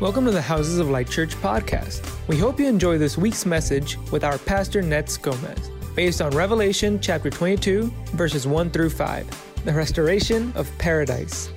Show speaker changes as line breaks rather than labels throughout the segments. Welcome to the Houses of Light Church podcast. We hope you enjoy this week's message with our pastor Nets Gomez, based on Revelation chapter 22, verses 1 through 5, the restoration of paradise.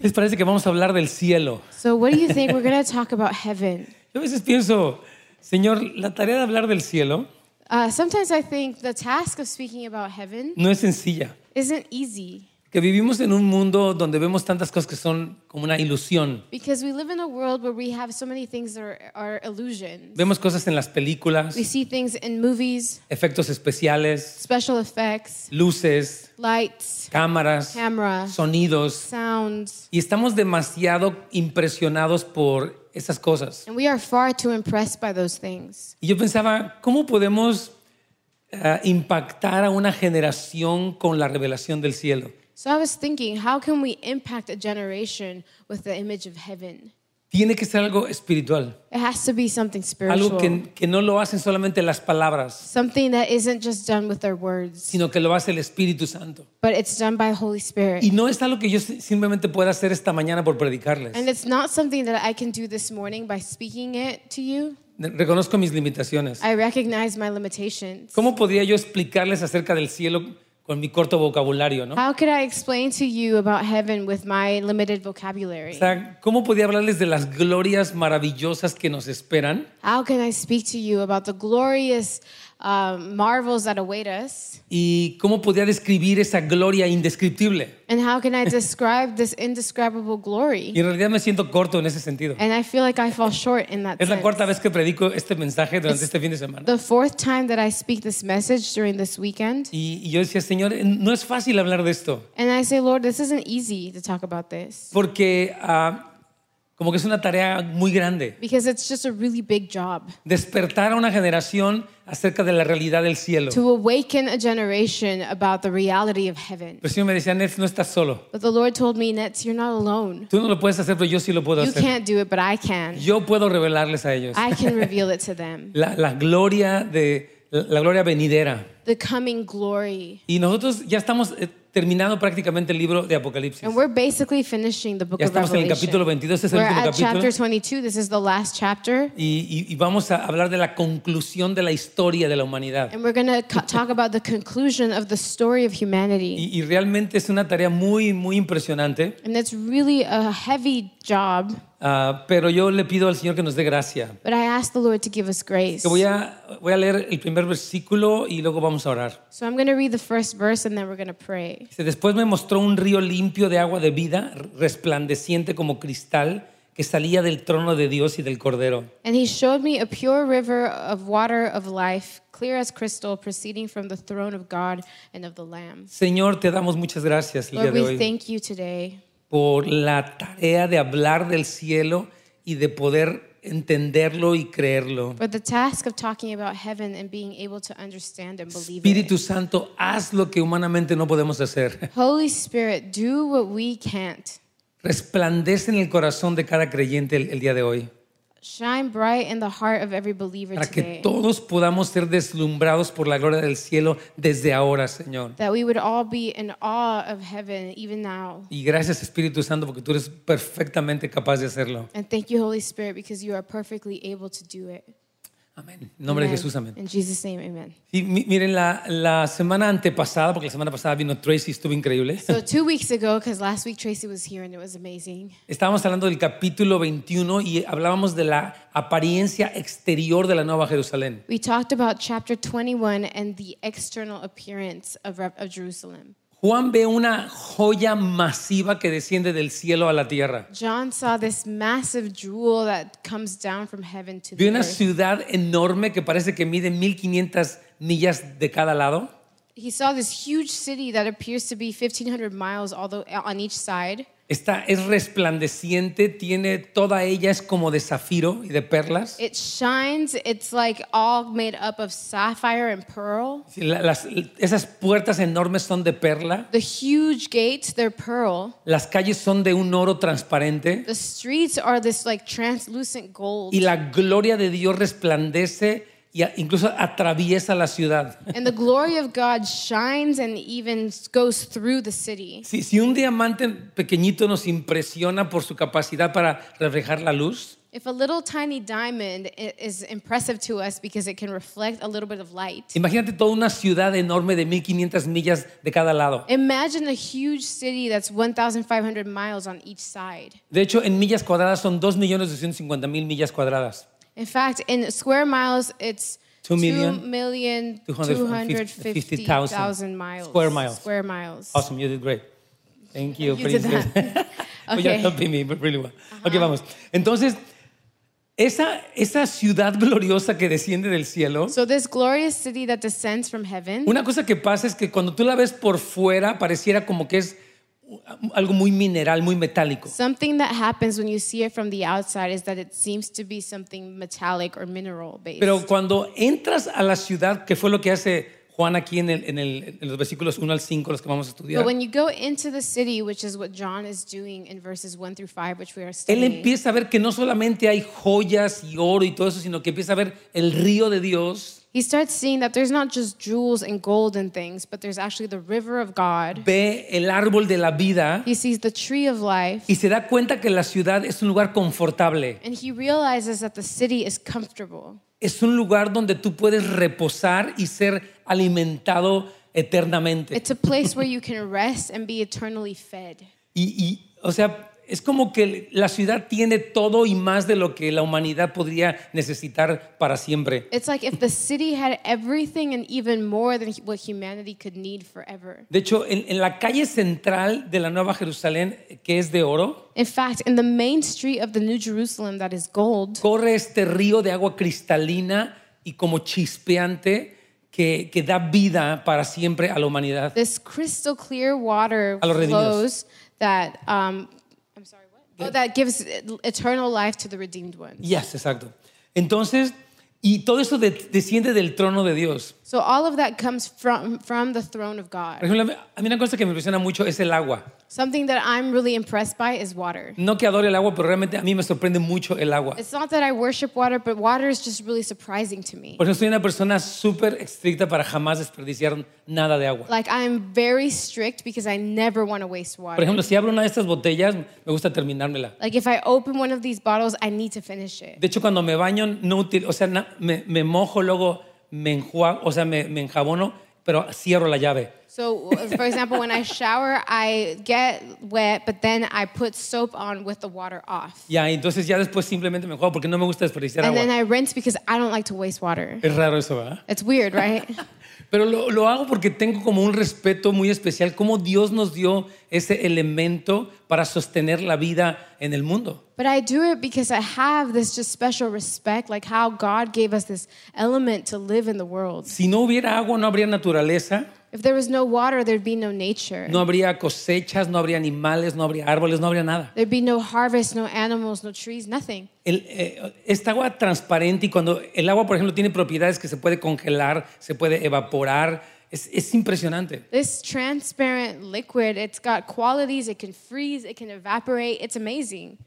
¿Les parece que vamos a hablar del cielo?
So, what do you think? We're going to talk about heaven.
Yo a veces pienso, Señor, la tarea de hablar del cielo
Uh, sometimes I think the task of speaking about heaven
no es sencilla.
isn't easy
Que vivimos en un mundo donde vemos tantas cosas que son como una ilusión.
because we live in a world where we have so many things that are, are illusions.
Vemos cosas en las películas,
We see things in movies,
efectos especiales,
special effects,
luces,
lights,
cámaras,
camera,
sonidos.
sounds,
Y estamos demasiado impresionados por esas cosas.
and we are far too impressed by those things.
Y yo pensaba, ¿cómo podemos ah, impactar a una generación con la revelación del cielo?
So, I was thinking, how can we impact a generation with the image of heaven?
Tiene que ser algo espiritual.
It has to be something
Algo
spiritual,
que, que no lo hacen solamente las palabras,
something that isn't just done with our words.
sino que lo hace el Espíritu Santo.
but it's done by the Holy Spirit.
Y no es algo que yo si- simplemente pueda hacer esta mañana por
And
predicarles.
it's not something that I can do this morning by speaking it to you.
Reconozco mis limitaciones.
I recognize my limitations.
¿Cómo podría yo explicarles acerca del cielo con mi corto vocabulario? ¿no?
How could I explain to you about heaven with my limited
O
vocabulary?
sea, ¿cómo podría hablarles de las glorias maravillosas que nos esperan
How can I speak to you about the glorious um, marvels that await us?
y cómo podría describir esa gloria indescriptible?
And how can I describe this indescribable
Y
glory?
en realidad me siento corto en ese sentido.
And I feel like I fall short in that
Es la cuarta
sense.
vez que predico este mensaje durante este fin de semana.
The fourth time that I speak this message during this weekend,
Y, y yo decía, Señor, no es fácil hablar de esto,
and I say, Lord, this isn't easy to talk about this
porque ah, como que es una tarea muy grande.
because it's just a really big job.
Despertar a una generación acerca de la realidad del cielo.
to awaken a generation about the reality of heaven.
Pero el Señor me decía, Nets, no estás solo.
But the Lord told me, Nets, you're not alone.
Tú no lo puedes hacer, pero yo sí lo puedo
You
hacer.
can't do it, but I can.
Yo puedo revelarles a ellos
I can reveal it to them.
la, la gloria de la, la gloria venidera.
The coming glory.
Y nosotros ya estamos eh, terminando prácticamente el libro de Apocalipsis.
And we're basically finishing the book
Ya
of
estamos en el
Revelation.
capítulo 22, este es el
we're
último
at chapter
capítulo.
22. This is the last chapter.
Y, y- y vamos a hablar de la conclusión de la historia de la humanidad.
And we're going to talk about the conclusion of the story of humanity.
Y, y realmente es una tarea muy, muy impresionante.
And it's really a heavy job,
Ah, pero yo le pido al Señor que nos dé gracia.
but I ask the Lord to give us grace.
Que voy a, voy a leer el primer versículo y luego vamos a orar.
So I'm going to read the first verse and then we're going to pray.
Dice, Después me mostró un río limpio de agua de vida, resplandeciente como cristal, que salía del trono de Dios y del Cordero.
And he showed me a pure river of water of life, clear as crystal, proceeding from the throne of God and of the Lamb.
Señor, te damos muchas gracias el día
Lord,
de
we
hoy
thank you today
por la tarea de hablar del cielo y de poder entenderlo y creerlo.
for the task of talking about heaven and being able to understand and believe
Espíritu Santo, haz lo que humanamente no podemos hacer.
it. Holy Spirit, do what we can't.
resplandece en el corazón de cada creyente el, el día de hoy,
Shine bright in the heart of every believer
para que
today.
todos podamos ser deslumbrados por la gloria del cielo desde ahora, Señor.
That we would all be in awe of heaven even now.
Y gracias Espíritu Santo porque tú eres perfectamente capaz de hacerlo.
And thank you, Holy Spirit, because you are perfectly able to do it.
Amén. En nombre de
Amen.
Jesús, amén.
In Jesus' name, amen.
Y mi- miren, la, la semana antepasada, porque la semana pasada vino Tracy, estuvo increíble,
So two weeks ago, because last week Tracy was here and it was amazing.
estábamos hablando del capítulo 21 y hablábamos de la apariencia exterior de la Nueva Jerusalén.
We talked about chapter 21 and the external appearance of, Re- of Jerusalem.
Juan ve una joya masiva que desciende del cielo a la tierra.
John saw this massive jewel that comes down from heaven to
Vi
the
una
earth.
ciudad enorme que parece que mide 1500 millas de cada lado.
He saw this huge city that appears to be 1,500 miles all the, on each side.
Esta es resplandeciente, tiene toda ella es como de zafiro y de perlas.
It shines. It's like all made up of sapphire and pearl.
Sí, la- las- esas puertas enormes son de perla.
The huge gates, they're pearl.
Las calles son de un oro transparente
The streets are this like translucent gold.
y la gloria de Dios resplandece y a- incluso atraviesa la ciudad.
And the glory of God shines and even goes through the city.
Si, si un diamante pequeñito nos impresiona por su capacidad para reflejar la luz,
If a little tiny diamond i- is impressive to us because it can reflect a little bit of light,
imagínate toda una ciudad enorme de 1500 millas de cada lado.
imagine a huge city that's 1,500 miles on each side.
De hecho, en millas cuadradas son 2.250.000 millas cuadradas.
In fact, in square miles, it's
Two million-
2,250,000 miles.
Square miles.
Square miles.
Awesome, you did great. Thank you,
You did
princess.
that.
Well, you're
Okay.
helping me, but really well. Ok, vamos. Entonces, esa, esa ciudad gloriosa que desciende del cielo,
So this glorious city that descends from heaven,
una cosa que pasa es que cuando tú la ves por fuera, pareciera como que es algo muy mineral, muy metálico.
something that happens when you see it from the outside is that it seems to be something metallic or mineral based.
Pero cuando entras a la ciudad, que fue lo que hace Juan aquí en, el- en el- en los versículos 1 al 5, los que vamos a estudiar,
but when you go into the city, which is what John is doing in verses 1 through 5, which we are
él
studying,
empieza a ver que no solamente hay joyas y oro y todo eso, sino que empieza a ver el río de Dios,
he starts seeing that there's not just jewels and gold and things, but there's actually the river of God.
ve el árbol de la vida
He sees the tree of life,
y se da cuenta que la ciudad es un lugar confortable,
and he realizes that the city is comfortable.
es un lugar donde tú puedes reposar y ser alimentado eternamente.
It's a place where you can rest and be eternally fed.
Y, y, o sea, es como que la ciudad tiene todo y más de lo que la humanidad podría necesitar para siempre.
It's like if the city had everything and even more than what humanity could need forever.
De hecho, en, en la calle central de la Nueva Jerusalén, que es de oro,
In fact, in the main street of the New Jerusalem that is gold,
corre este río de agua cristalina y como chispeante que, que da vida para siempre a la humanidad.
this crystal clear water
A los redimidos.
flows that um, I'm sorry, what? Oh, that gives eternal life to the redeemed ones.
Yes, exacto. Entonces, y todo eso de- desciende del trono de Dios.
So all of that comes from from the throne of
Por
God.
ejemplo, a mí una cosa que me impresiona mucho es el agua.
Something that I'm really impressed by is water.
No que adore el agua, pero realmente a mí me sorprende mucho el agua.
It's not that I worship water, but water is just really surprising to me.
Por eso soy una persona súper estricta para jamás desperdiciar nada de agua.
Like I'm very strict because I never want to waste water.
Por ejemplo, si abro una de estas botellas, me gusta terminármela.
Like if I open one of these bottles, I need to finish it.
De hecho, cuando me baño, no util- o sea, na- me, me mojo, luego me enjuago, o sea, me, me enjabono, pero cierro la llave.
So, for example, when I shower, I get wet, but then I put soap on with the water off.
Ya, entonces ya después simplemente me enjuago porque no me gusta desperdiciar
And then
agua.
I rinse because I don't like to waste water.
Es raro eso, ¿verdad?
It's weird, right?
Pero lo, lo hago porque tengo como un respeto muy especial, cómo Dios nos dio ese elemento para sostener la vida en el mundo.
but I do it because I have this just special respect, like how God gave us this element to live in the world.
Si no hubiera agua, no habría naturaleza,
If there was no water, there'd be no nature.
no habría cosechas, no habría animales, no habría árboles, no habría nada.
There'd be no harvest, no animals, no trees, nothing.
El, eh, esta agua transparente y cuando el agua, por ejemplo, tiene propiedades que se puede congelar, se puede evaporar, es, es impresionante.
This transparent liquid, it's got qualities, it can freeze, it can evaporate. It's amazing.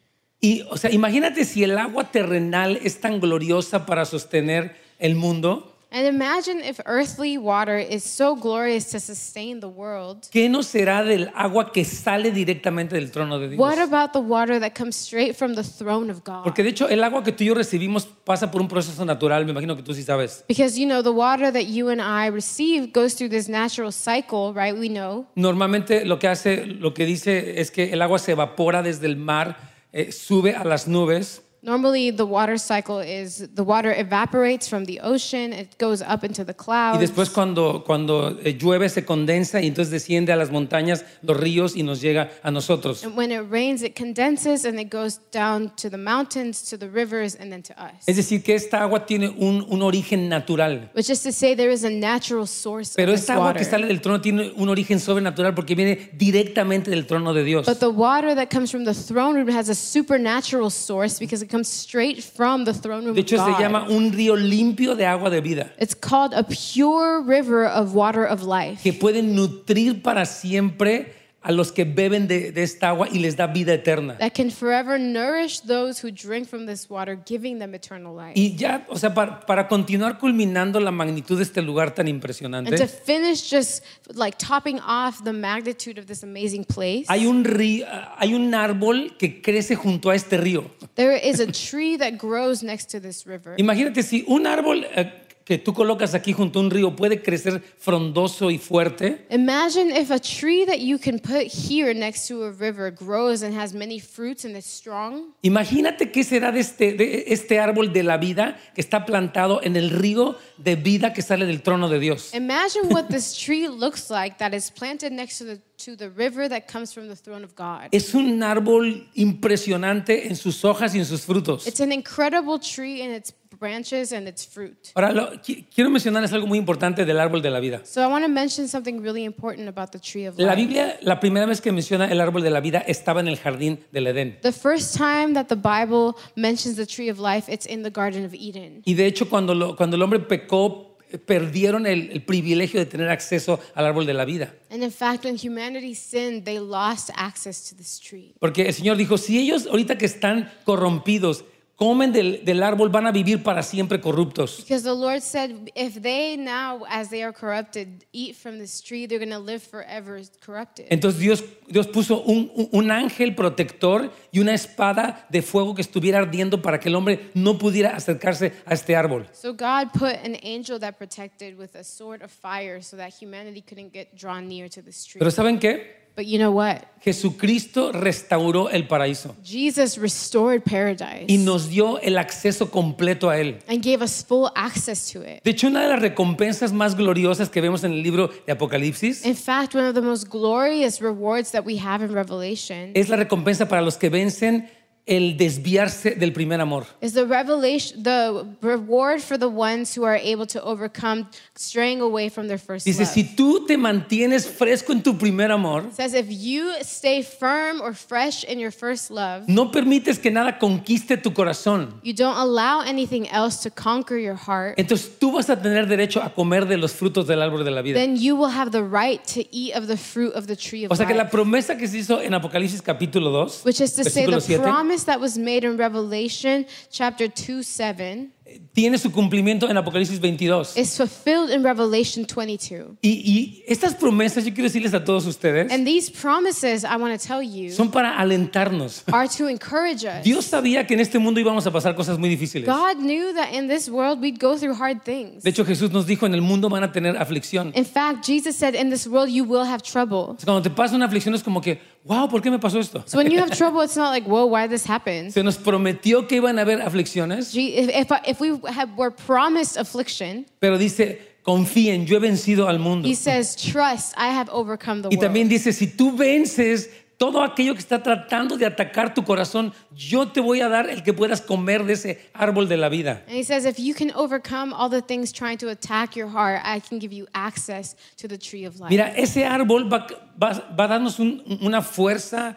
Y, o sea, imagínate si el agua terrenal es tan gloriosa para sostener el mundo,
And imagine if earthly water is so glorious to sustain the world.
¿qué no será del agua que sale directamente del trono de Dios?
What about the water that comes straight from the throne of God?
Porque de hecho el agua que tú y yo recibimos pasa por un proceso natural, me imagino que tú sí sabes.
Because you know, the water that you and I receive goes through this natural cycle, right? We know.
Normalmente lo que hace, lo que dice es que el agua se evapora desde el mar, eh, sube a las nubes
Normally, the water cycle is the water evaporates from the ocean, it goes up into the clouds.
y después cuando, cuando eh, llueve se condensa y entonces desciende a las montañas, los ríos y nos llega a nosotros.
and when it rains, it condenses and it goes down to the mountains, to the rivers, and then to us.
Es decir, que esta agua tiene un, un origen natural.
Which is to say, there is a natural source
Pero
of this
esta agua
water.
que sale del trono tiene un origen sobrenatural porque viene directamente del trono de Dios.
But the water that comes from the throne room has a supernatural source because it comes straight from the throne room
De hecho,
of
se
God.
llama un río limpio de agua de vida.
it's called a pure river of water of life
que pueden nutrir para siempre a los que beben de, de esta agua y les da vida eterna.
that can forever nourish those who drink from this water, giving them eternal life.
Y ya, o sea, para, para continuar culminando la magnitud de este lugar tan
and to
impresionante,
finish just like topping off the magnitude of this amazing place,
hay un, río, hay un árbol que crece junto a este río.
there is a tree that grows next to this river.
Imagínate si un árbol eh, que tú colocas aquí junto a un río puede crecer frondoso y fuerte,
Imagine if a tree that you can put here next to a river grows and has many fruits and is strong.
imagínate qué será de este, de este árbol de la vida que está plantado en el río de vida que sale del trono de Dios.
Imagine what this tree looks like that is planted next to the, to the river that comes from the throne of God.
Es un árbol impresionante en sus hojas y en sus frutos.
It's an incredible tree in its branches and its fruit.
Ahora, lo- qui- quiero mencionarles algo muy importante del árbol de la vida.
So I want to mention something really important about the tree of
La
life.
Biblia, la primera vez que menciona el árbol de la vida, estaba en el jardín del Edén.
The first time that the Bible mentions the tree of life, it's in the Garden of Eden.
Y de hecho, cuando, lo- cuando el hombre pecó, eh, perdieron el, el privilegio de tener acceso al árbol de la vida.
And in fact, when humanity sinned, they lost access to this tree.
Porque el Señor dijo, si ellos ahorita que están corrompidos, comen del, del árbol, van a vivir para siempre corruptos.
Because the Lord said, if they now, as they are corrupted, eat from this tree, they're going to live forever corrupted.
Entonces Dios, Dios puso un, un- un ángel protector y una espada de fuego que estuviera ardiendo para que el hombre no pudiera acercarse a este árbol.
So God put an angel that protected with a sword of fire so that humanity couldn't get drawn near to this tree.
Pero ¿saben qué?
But you know what?
Jesucristo restauró el paraíso
Jesus restored paradise
y nos dio el acceso completo a Él.
and gave us full access to it.
De hecho, una de las recompensas más gloriosas que vemos en el libro de Apocalipsis
In fact, one of the most glorious rewards that we have in Revelation
es la recompensa para los que vencen el desviarse del primer amor.
is the revelation the reward for the ones who are able to overcome straying away from their first
Dice,
love.
si tú te mantienes fresco en tu primer amor,
It says if you stay firm or fresh in your first love,
no permites que nada conquiste tu corazón.
you don't allow anything else to conquer your heart,
Entonces tú vas a tener derecho a comer de los frutos del árbol de la vida.
then you will have the right to eat of the fruit of the tree of
O sea que la
life.
promesa que se hizo en Apocalipsis capítulo 2,
Which is to say,
versículo
the
7,
promise that was made in Revelation chapter 2 7
tiene su cumplimiento en Apocalipsis 22.
is fulfilled in Revelation 22.
Y, y estas promesas, yo quiero decirles a todos ustedes,
And these promises, I want to tell you,
son para alentarnos.
are to encourage us.
Dios sabía que en este mundo íbamos a pasar cosas muy difíciles.
God knew that in this world we'd go through hard things.
De hecho, Jesús nos dijo, en el mundo van a tener aflicción.
In fact, Jesus said, In this world you will have trouble.
Entonces, Cuando te pasa una aflicción es como que, wow, ¿por qué me pasó esto?
So when you have trouble, it's not like, Whoa, why this happened?
Se nos prometió que iban a haber aflicciones,
Je- If, if, if we have, were promised affliction,
pero dice, confíen, yo he vencido al mundo.
he says, Trust, I have overcome the
Y también
world.
dice, si tú vences todo aquello que está tratando de atacar tu corazón, yo te voy a dar el que puedas comer de ese árbol de la vida.
And he says, If you can overcome all the things trying to attack your heart, I can give you access to the tree of life.
Mira, ese árbol va, va- va a darnos un- una fuerza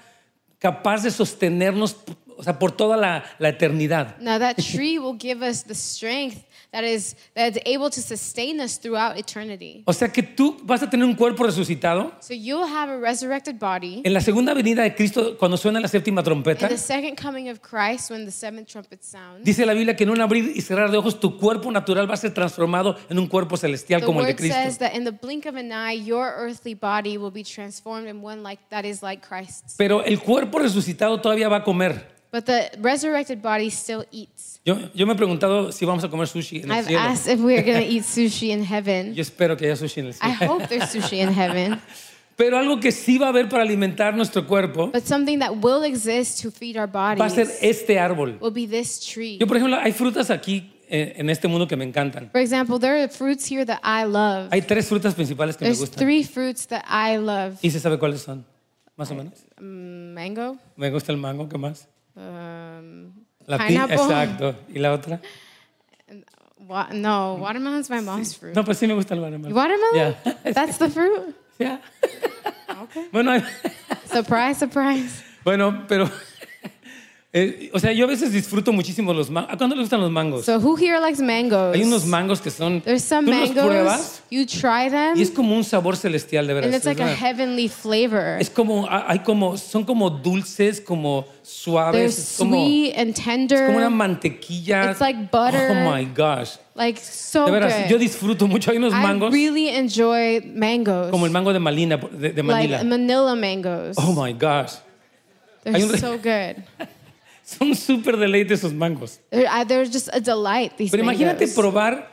capaz de sostenernos o sea, por toda la, la eternidad.
Now, that tree will give us the strength that is, that is able to sustain us throughout eternity.
O sea que tú vas a tener un cuerpo resucitado.
So you'll have a resurrected body.
En la segunda venida de Cristo, cuando suena la séptima trompeta,
In the second coming of Christ, when the seventh trumpet sounds,
dice la Biblia que en un abrir y cerrar de ojos tu cuerpo natural va a ser transformado en un cuerpo celestial
the
como el de
word
Cristo.
says that in the blink of an eye, your earthly body will be transformed in one like that is like Christ's.
Pero el cuerpo resucitado todavía va a comer.
But the resurrected body still eats.
Yo, yo me he preguntado si vamos a comer sushi en el
I've
cielo.
asked if we are going to eat sushi in heaven.
Yo espero que haya sushi en el
ah, I
cielo.
hope there's sushi in heaven.
Pero algo que sí va a haber para alimentar nuestro cuerpo
But something that will exist to feed our
va a ser
bodies
este árbol.
will be this tree.
eh, Yo, por ejemplo, hay frutas aquí eh, en este mundo que me encantan.
For example, there are fruits here that I love.
Hay tres frutas principales que me
There's
gustan.
three fruits that I love. Mm,
¿Y se sabe cuáles son? Más o menos.
Mango,
Me gusta el mango, ¿qué más?
um,
La pi-
pineapple.
Exacto. ¿Y la otra?
Wa- no, watermelon's my mom's fruit.
No, pues sí me gusta el watermelon.
Watermelon?
Ya.
That's the fruit?
Ya.
Okay.
Bueno, hay-
Surprise, surprise.
bueno, pero Eh, o sea, yo a veces disfruto muchísimo los mangos. ¿A cuándo le gustan los mangos?
So who here likes mangoes?
Hay unos mangos que son.
There's some
tú los
mangoes.
pruebas
You try them,
y es como un sabor celestial, de verdad.
and it's like a
una-
heavenly flavor.
es como, a- hay como, son como dulces, como
They're
suaves, es como, es
sweet and
como una
tender,
mantequilla.
It's like butter.
Oh my gosh.
like so
De veras, yo
good.
disfruto mucho. Hay unos
I
mangos,
really enjoy mangoes,
como el mango de Malina, de, de
like
Manila.
Manila mangoes.
oh my gosh.
They're
Hay un-
so good.
Son súper deleite esos mangos.
They're, I- they're just a delight. These
Pero imagínate
mangoes.
probar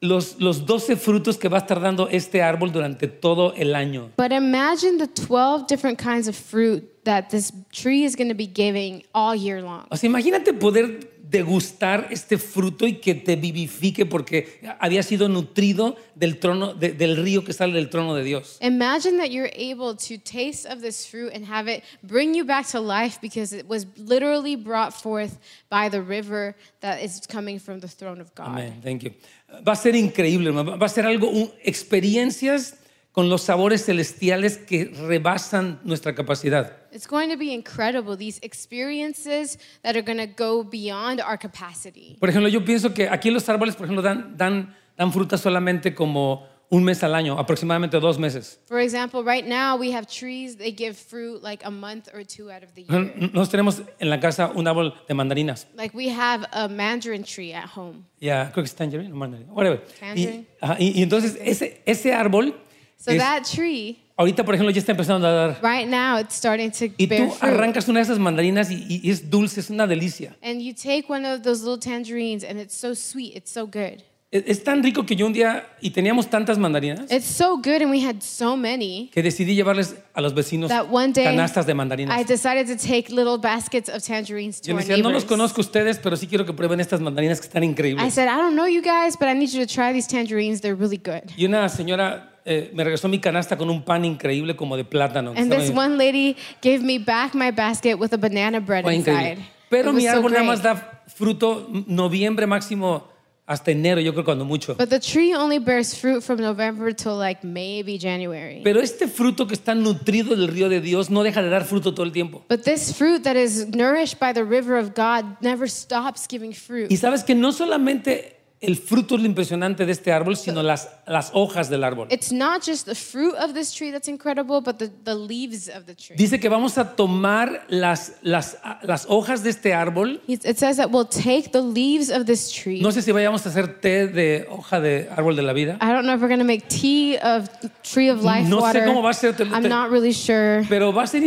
los, los 12 frutos que va a estar dando este árbol durante todo el año.
But imagine the 12 different kinds of fruit that this tree is going to be giving all year long.
O sea, imagínate poder degustar este fruto y que te vivifique porque había sido nutrido del trono de- del río que sale del trono de Dios.
Imagine that you're able to taste of this fruit and have it bring you back to life because it was literally brought forth by the river that is coming from the throne of God.
Amén. Thank you. Va a ser increíble, hermano. va a ser algo un- experiencias con los sabores celestiales que rebasan nuestra capacidad.
It's going to be incredible, these experiences that are going to go beyond our capacity.
Por ejemplo, yo pienso que aquí los árboles, por ejemplo, dan dan dan fruta solamente como un mes al año, aproximadamente dos meses.
For example, right now we have trees, they give fruit like a month or two out of the year.
Nosotros tenemos en la casa un árbol de mandarinas.
Like we have a mandarin tree at home.
Ya, creo que es tangerine, o mandarina, whatever. Y,
Tangerine.
ajá, y- y entonces ese, ese árbol,
So
es-
that tree,
ahorita por ejemplo ya está empezando a dar.
right now, it's starting to
Y
bear
tú
fruit.
arrancas una de esas mandarinas y, y- y es dulce, es una delicia.
and you take one of those little tangerines, and it's so sweet. It's so good.
Es, es tan rico que yo un día, y teníamos tantas mandarinas,
It's so good, and we had so many
que decidí llevarles a los vecinos
that one day
canastas de
I
mandarinas.
decided to take little baskets of tangerines to
Yo
our
les decía, no los
neighbors.
conozco a ustedes, pero sí quiero que prueben estas mandarinas que están
I
increíbles.
said, I don't know you guys, but I need you to try these tangerines. They're really good.
Y una señora eh, me regresó mi canasta con un pan increíble como de plátano. que
And
estaba
this
bien-
one lady gave me back my basket with a banana bread
Fue increíble.
inside.
Pero
It
mi
was so
árbol nada
great.
más da fruto noviembre máximo hasta enero, yo creo cuando mucho.
But the tree only bears fruit from November till like maybe January.
Pero este fruto que está nutrido del río de Dios no deja de dar fruto todo el tiempo.
But this fruit that is nourished by the river of God never stops giving fruit.
Y sabes que no solamente el fruto es lo impresionante de este árbol, sino las, las hojas del árbol.
It's not just the fruit of this tree that's incredible, but the, the leaves of the tree.
Dice que vamos a tomar las, las, las hojas de este árbol.
It's- It says that we'll take the leaves of this tree.
No sé si vayamos a hacer té de hoja de árbol de la vida,
I don't know if we're going to make tea of tree of life
No sé
water.
cómo va a ser, te lo- te-
I'm not really sure.
pero va a ser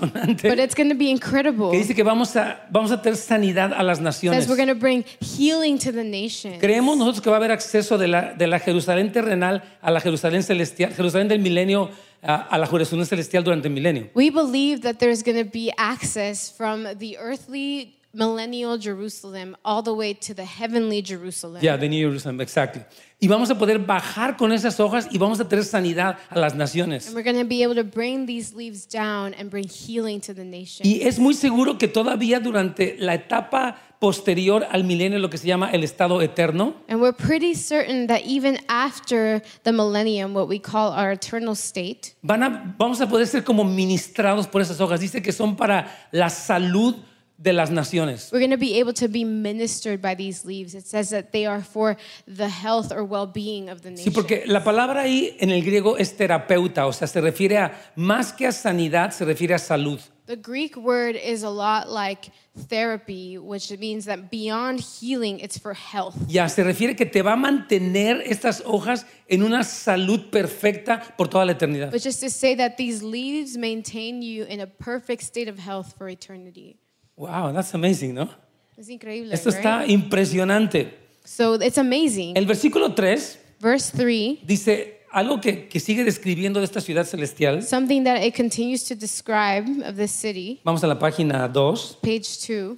impresionante.
But it's going to be incredible.
Que
It
dice que vamos a, vamos a tener sanidad a las
says
naciones.
we're going to bring healing to the nation.
Creemos nosotros que va a haber acceso de la, de la Jerusalén terrenal a la Jerusalén celestial, Jerusalén del milenio a, a la Jerusalén celestial durante el milenio.
We believe that there's going to be access from the earthly millennial Jerusalem all the way to the heavenly Jerusalem.
Ya, the New Jerusalem, exacto. Y vamos a poder bajar con esas hojas y vamos a tener sanidad a las
And
naciones.
we're going to be able to bring these leaves down and bring healing to the nation.
Y es muy seguro que todavía durante la etapa posterior al milenio, lo que se llama el estado eterno,
And we're pretty certain that even after the millennium, what we call our eternal state,
van a- vamos a poder ser como ministrados por esas hojas. Dice que son para la salud de las naciones.
we're going to be able to be ministered by these leaves. It says that they are for the health or well being of the
Sí,
nation.
porque la palabra ahí en el griego es terapeuta, o sea, se refiere a más que a sanidad, se refiere a salud.
the Greek word is a lot like therapy, which means that beyond healing, it's for health.
Ya, se refiere que te va a mantener estas hojas en una salud perfecta por toda la eternidad.
But just to say that these leaves maintain you in a perfect state of health for eternity.
Wow, that's amazing, ¿no?
Es increíble,
Esto
right?
está impresionante.
So it's amazing.
El versículo 3
Verse 3.
dice algo que, que sigue describiendo de esta ciudad celestial.
Something that it continues to describe of this city,
Vamos a la página 2,
page two.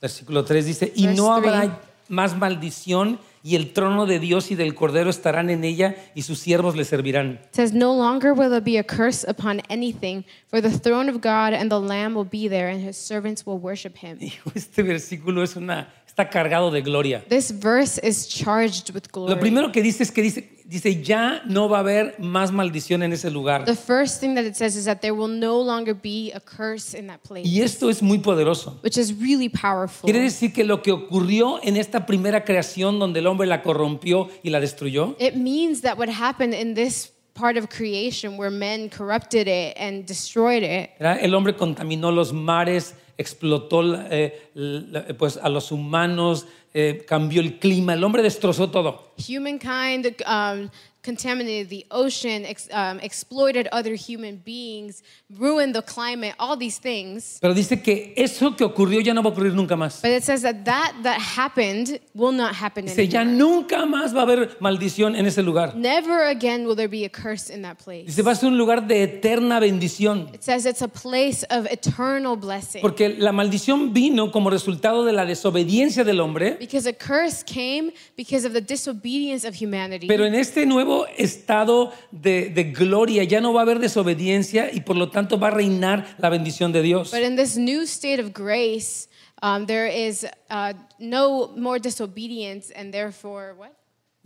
versículo 3 dice, y
Verse
no
three.
habrá más maldición y el trono de Dios y del Cordero estarán en ella y sus siervos le servirán.
It says, No longer will there be a curse upon anything, for the throne of God and the Lamb will be there, and his servants will worship him.
Hijo, Este versículo es una, está cargado de gloria.
This verse is charged with glory.
Lo primero que dice es que dice, dice ya no va a haber más maldición en ese lugar.
The first thing that it says is that there will no longer be a curse in that place,
Y esto es muy poderoso.
which is really powerful.
Quiere decir que lo que ocurrió en esta primera creación donde el hombre la corrompió y la destruyó,
It means that what happened in this part of creation where men corrupted it and destroyed it,
¿verdad? el hombre contaminó los mares, explotó eh, la- pues, a los humanos, eh, cambió el clima, el hombre destrozó todo.
humankind um, contaminated the ocean, ex- um, exploited other human beings, ruined the climate, all these things.
Pero dice que eso que ocurrió ya no va a ocurrir nunca más.
But it says that that that happened will not happen
Dice, ya
anymore.
nunca más va a haber maldición en ese lugar.
Never again will there be a curse in that place.
Dice, va a ser un lugar de eterna bendición.
It says it's a place of eternal blessing.
Porque la maldición vino como resultado de la desobediencia del hombre,
Because a curse came because of the disobedience of humanity.
pero en este nuevo estado de, de gloria ya no va a haber desobediencia y por lo tanto va a reinar la bendición de Dios.
But in this new state of grace, um, there is uh, no more disobedience, and therefore, what?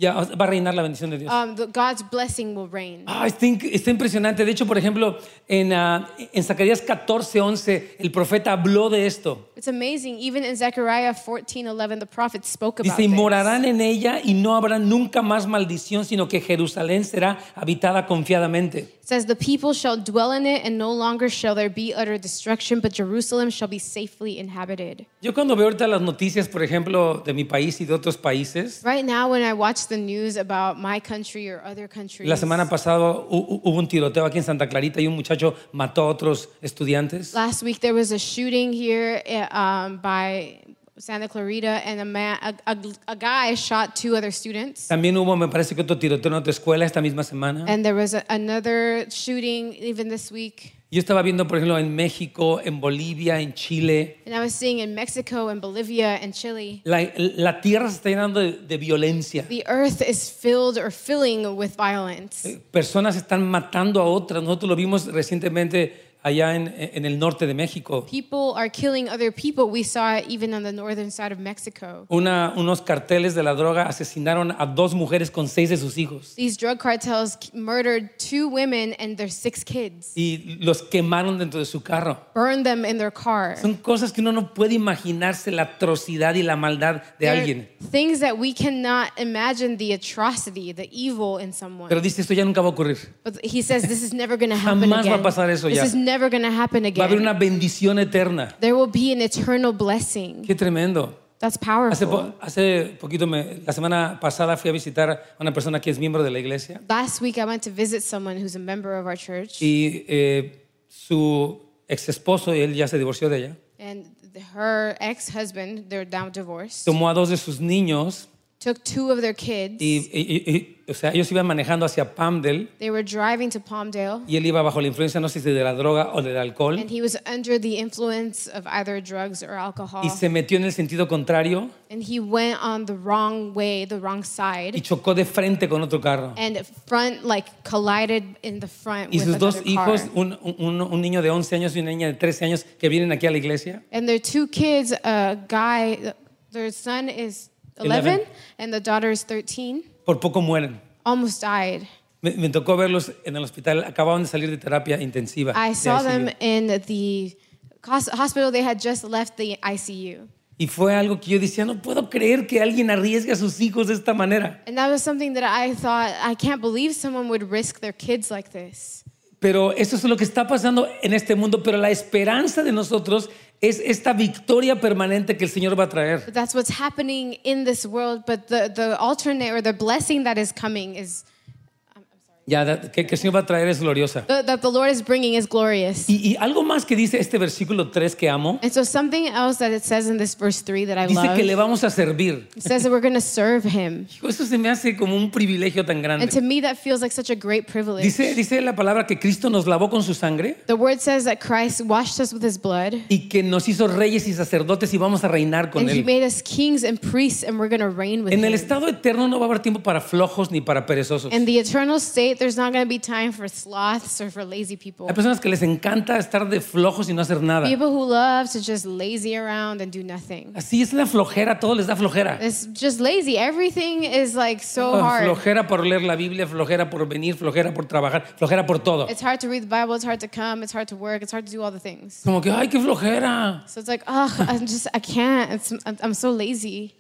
Ya va a reinar la bendición de Dios.
Um, the, God's blessing will reign.
Ah, está, inc- está impresionante. De hecho, por ejemplo, en, ah, en Zacarías 14, 11, el profeta habló de esto.
It's amazing. Even in Zechariah 14 11, the prophet spoke about
Dice, y
this.
morarán en ella y no habrá nunca más maldición, sino que Jerusalén será habitada confiadamente.
It says, The people shall dwell in it, and no longer shall there be utter destruction, but Jerusalem shall be safely inhabited.
Yo cuando veo ahorita las noticias, por ejemplo, de mi país y de otros países,
Right now, when I watch the news about my country or other countries,
la semana pasada hu- hu- hubo un tiroteo aquí en Santa Clarita y un muchacho mató a otros estudiantes.
Last week there was a shooting here eh, um, by Santa Clarita, and a man, a, a, a guy shot two other students.
También hubo, me parece que otro tiroteo en otra escuela esta misma semana.
And there was a, another shooting even this week.
Yo estaba viendo, por ejemplo, en México, en Bolivia, en Chile.
And I was seeing in Mexico and Bolivia and Chile,
La, la tierra se está llenando de, de violencia.
the earth is filled or filling with violence.
Eh, Personas están matando a otras. Nosotros lo vimos recientemente allá en, en el norte de México.
People are killing other people. We saw it even on the northern side of Mexico.
Una- unos carteles de la droga asesinaron a dos mujeres con seis de sus hijos.
These drug cartels k- murdered two women and their six kids,
y los quemaron dentro de su carro.
burned them in their car.
Son cosas que uno no puede imaginarse la atrocidad y la maldad de
There are
alguien.
Things that we cannot imagine the atrocity, the evil in someone.
Pero dice, esto ya nunca va a ocurrir.
but he says this is never going to happen
Jamás va a
again.
pasar eso
this
ya.
is never going to happen
Va a
again.
haber una bendición eterna.
there will be an eternal blessing.
Qué tremendo.
That's
Hace,
powerful.
po- hace poquito, me- la semana pasada fui a visitar a una persona que es miembro de la iglesia
Last week I went to visit someone who's a member of our church
y eh, su ex esposo, él ya se divorció de ella,
and th- her ex-husband, they're now divorced,
tomó a dos de sus niños
took two of their kids.
y, y- y- y- o sea, ellos iban manejando hacia Palmdale
they were driving to Palmdale
y él iba bajo la influencia, no sé si de la droga o del alcohol.
and he was under the influence of either drugs or alcohol
y se metió en el sentido contrario
and he went on the wrong way, the wrong side.
y chocó de frente con otro carro.
and front like collided in the front
Y
with
sus dos
another
hijos,
car.
un, un- un niño de 11 años y una niña de 13 años que vienen aquí a la iglesia,
And their two kids, a guy, their son is 11,
Eleven.
and the daughter is 13,
por poco mueren.
almost died.
Me, me tocó verlos en el hospital, acababan de salir de terapia intensiva.
I
de
saw
ICU.
them in the cos- hospital. They had just left the ICU.
Y fue algo que yo decía, no puedo creer que alguien arriesgue a sus hijos de esta manera.
And that was something that I thought, I can't believe someone would risk their kids like this.
Pero eso es lo que está pasando en este mundo, pero la esperanza de nosotros es esta victoria permanente que el Señor va a traer.
But that's what's happening in this world. But the, the alternate or the blessing that is coming is,
Ya, da- que, que el Señor va a traer es gloriosa.
that that the Lord is bringing is glorious.
Y, y algo más que dice este versículo 3 que amo,
And so something else that it says in this verse 3 that I
dice
love.
que le vamos a servir.
It says that we're going to serve him.
Hijo, Eso se me hace como un privilegio tan
And
grande.
to me that feels like such a great privilege.
Dice, dice la palabra que Cristo nos lavó con su sangre
the word says that Christ washed us with his blood
y que nos hizo reyes y sacerdotes y vamos a reinar con
and he
Él.
made us kings and priests and we're going to reign with
En el
him.
estado eterno no va a haber tiempo para flojos ni para perezosos.
In the eternal state wait, there's not going to be time for sloths or for lazy people.
Hay personas que les encanta estar de flojos y no hacer nada.
People who love to just lazy around and do nothing.
Así es la flojera, todo les da flojera.
It's just lazy. Everything is like so
Oh,
hard.
flojera por leer la Biblia, flojera por venir, flojera por trabajar, flojera por todo.
It's hard to read the Bible. It's hard to come. It's hard to work. It's hard to do all the things.
Como que, ay, qué flojera.
So it's like, oh, I'm just, I can't. It's, I'm, I'm so lazy.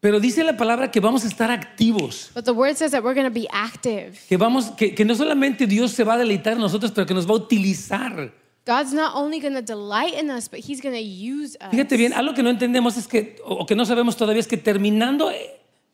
Pero dice la palabra que vamos a estar activos.
But the word says that we're going to be active.
Que, vamos, que, que no solamente Dios se va a deleitar en nosotros, pero que nos va a utilizar.
God's not only going to delight in us, but He's going to use us.
Fíjate bien, algo que no entendemos es que, o o que no sabemos todavía, es que terminando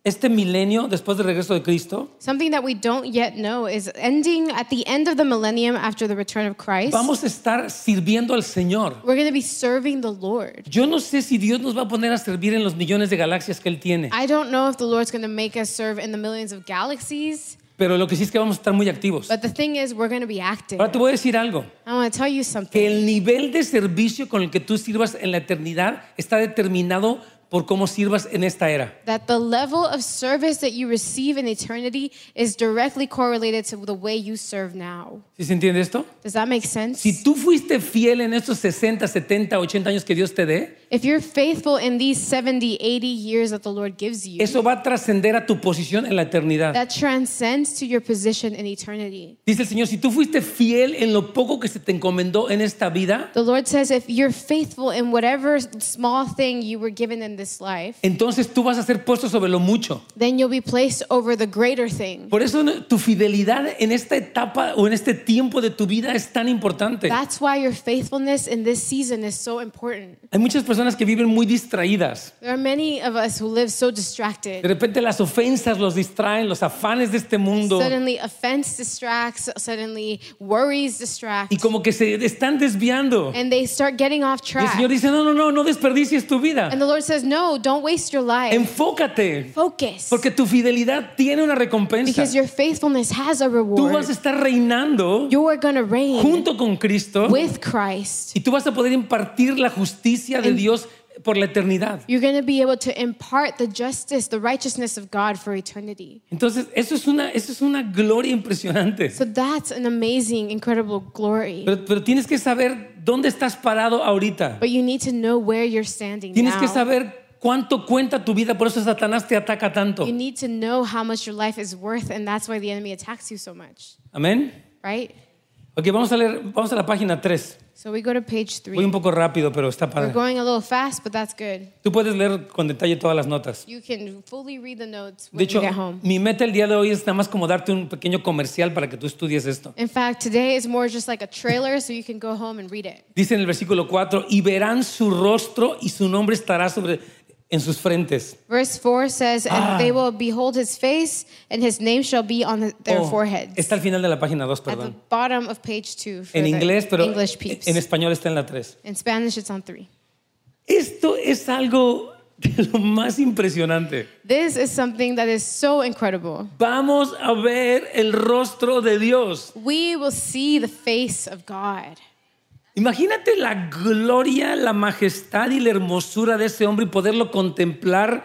este milenio, después del regreso de Cristo,
Something that we don't yet know is ending at the end of the millennium after the return of Christ.
vamos a estar sirviendo al Señor.
We're going to be serving the Lord.
Yo no sé si Dios nos va a poner a servir en los millones de galaxias que Él tiene,
I don't know if the Lord's going to make us serve in the millions of galaxies,
pero lo que sí es que vamos a estar muy activos.
but the thing is, we're going to be active.
Ahora te voy a decir algo.
I want to tell you something.
que el nivel de servicio con el que tú sirvas en la eternidad está determinado por cómo sirvas en esta era.
that the level of service that you receive in eternity is directly correlated to the way you serve now.
¿Sí se entiende esto?
Does that make sense?
Si tú fuiste fiel en estos 60, 70, 80 años que Dios te dé,
If you're faithful in these 70, 80 years that the Lord gives you,
eso va a trascender a tu posición en la eternidad.
that transcends to your position in eternity.
Dice el Señor, si tú fuiste fiel en lo poco que se te encomendó en esta vida,
The Lord says if you're faithful in whatever small thing you were given in this life,
entonces tú vas a ser puesto sobre lo mucho.
then you'll be placed over the greater thing.
Por eso no- tu fidelidad en esta etapa o en este tiempo de tu vida es tan importante.
That's why your faithfulness in this season is so important.
Hay muchas personas que viven muy distraídas.
There are many of us who live so
De
distracted.
repente las ofensas los distraen, los afanes de este mundo.
Suddenly, offense distracts, suddenly, worries distract,
Y como que se están desviando.
and they start getting off
Y el
track.
Señor dice, no, no, no, no desperdicies tu vida.
And the Lord says, No, don't waste your life.
Enfócate.
Focus.
Porque tu fidelidad tiene una recompensa.
Because your faithfulness has a
Tú vas a
reward.
estar reinando
You are going to reign
junto con Cristo.
with Christ.
Y tú vas a poder impartir la justicia de
And-
Dios por la eternidad.
You're going to be able to impart the justice, the righteousness of God for eternity.
Entonces, eso es una, eso es una gloria impresionante.
So that's an amazing, incredible glory.
Pero, pero tienes que saber dónde estás parado ahorita.
But you need to know where you're standing
Tienes que
now.
saber cuánto cuenta tu vida, por eso Satanás te ataca tanto.
You need to know how much your life is worth, and that's why the enemy attacks you so much,
Amén.
right?
Ok, vamos a leer, vamos a la página 3.
So we go to page
Voy un
three.
poco rápido, pero está
We're
padre.
going a little fast, but that's good.
Tú puedes leer con detalle todas las notas.
You can fully read the notes
De
when
hecho,
you get home.
mi meta el día de hoy es nada más como darte un pequeño comercial para que tú estudies esto.
In fact, today is more just like a trailer, so you can go home and read it.
Dice en el versículo 4, y verán su rostro y su nombre estará sobre en sus frentes.
Verse 4 says, And
Ah.
they will behold his face, and his name shall be on the- their
Oh,
foreheads.
Está al final de la página 2,
At the
perdón.
bottom of page 2 for
En
the
inglés, pero
English peeps.
en español está en la 3.
In Spanish, it's on 3.
Esto es algo de lo más impresionante.
This is something that is so incredible.
Vamos a ver el rostro de Dios.
We will see the face of God.
Imagínate la gloria, la majestad y la hermosura de ese hombre y poderlo contemplar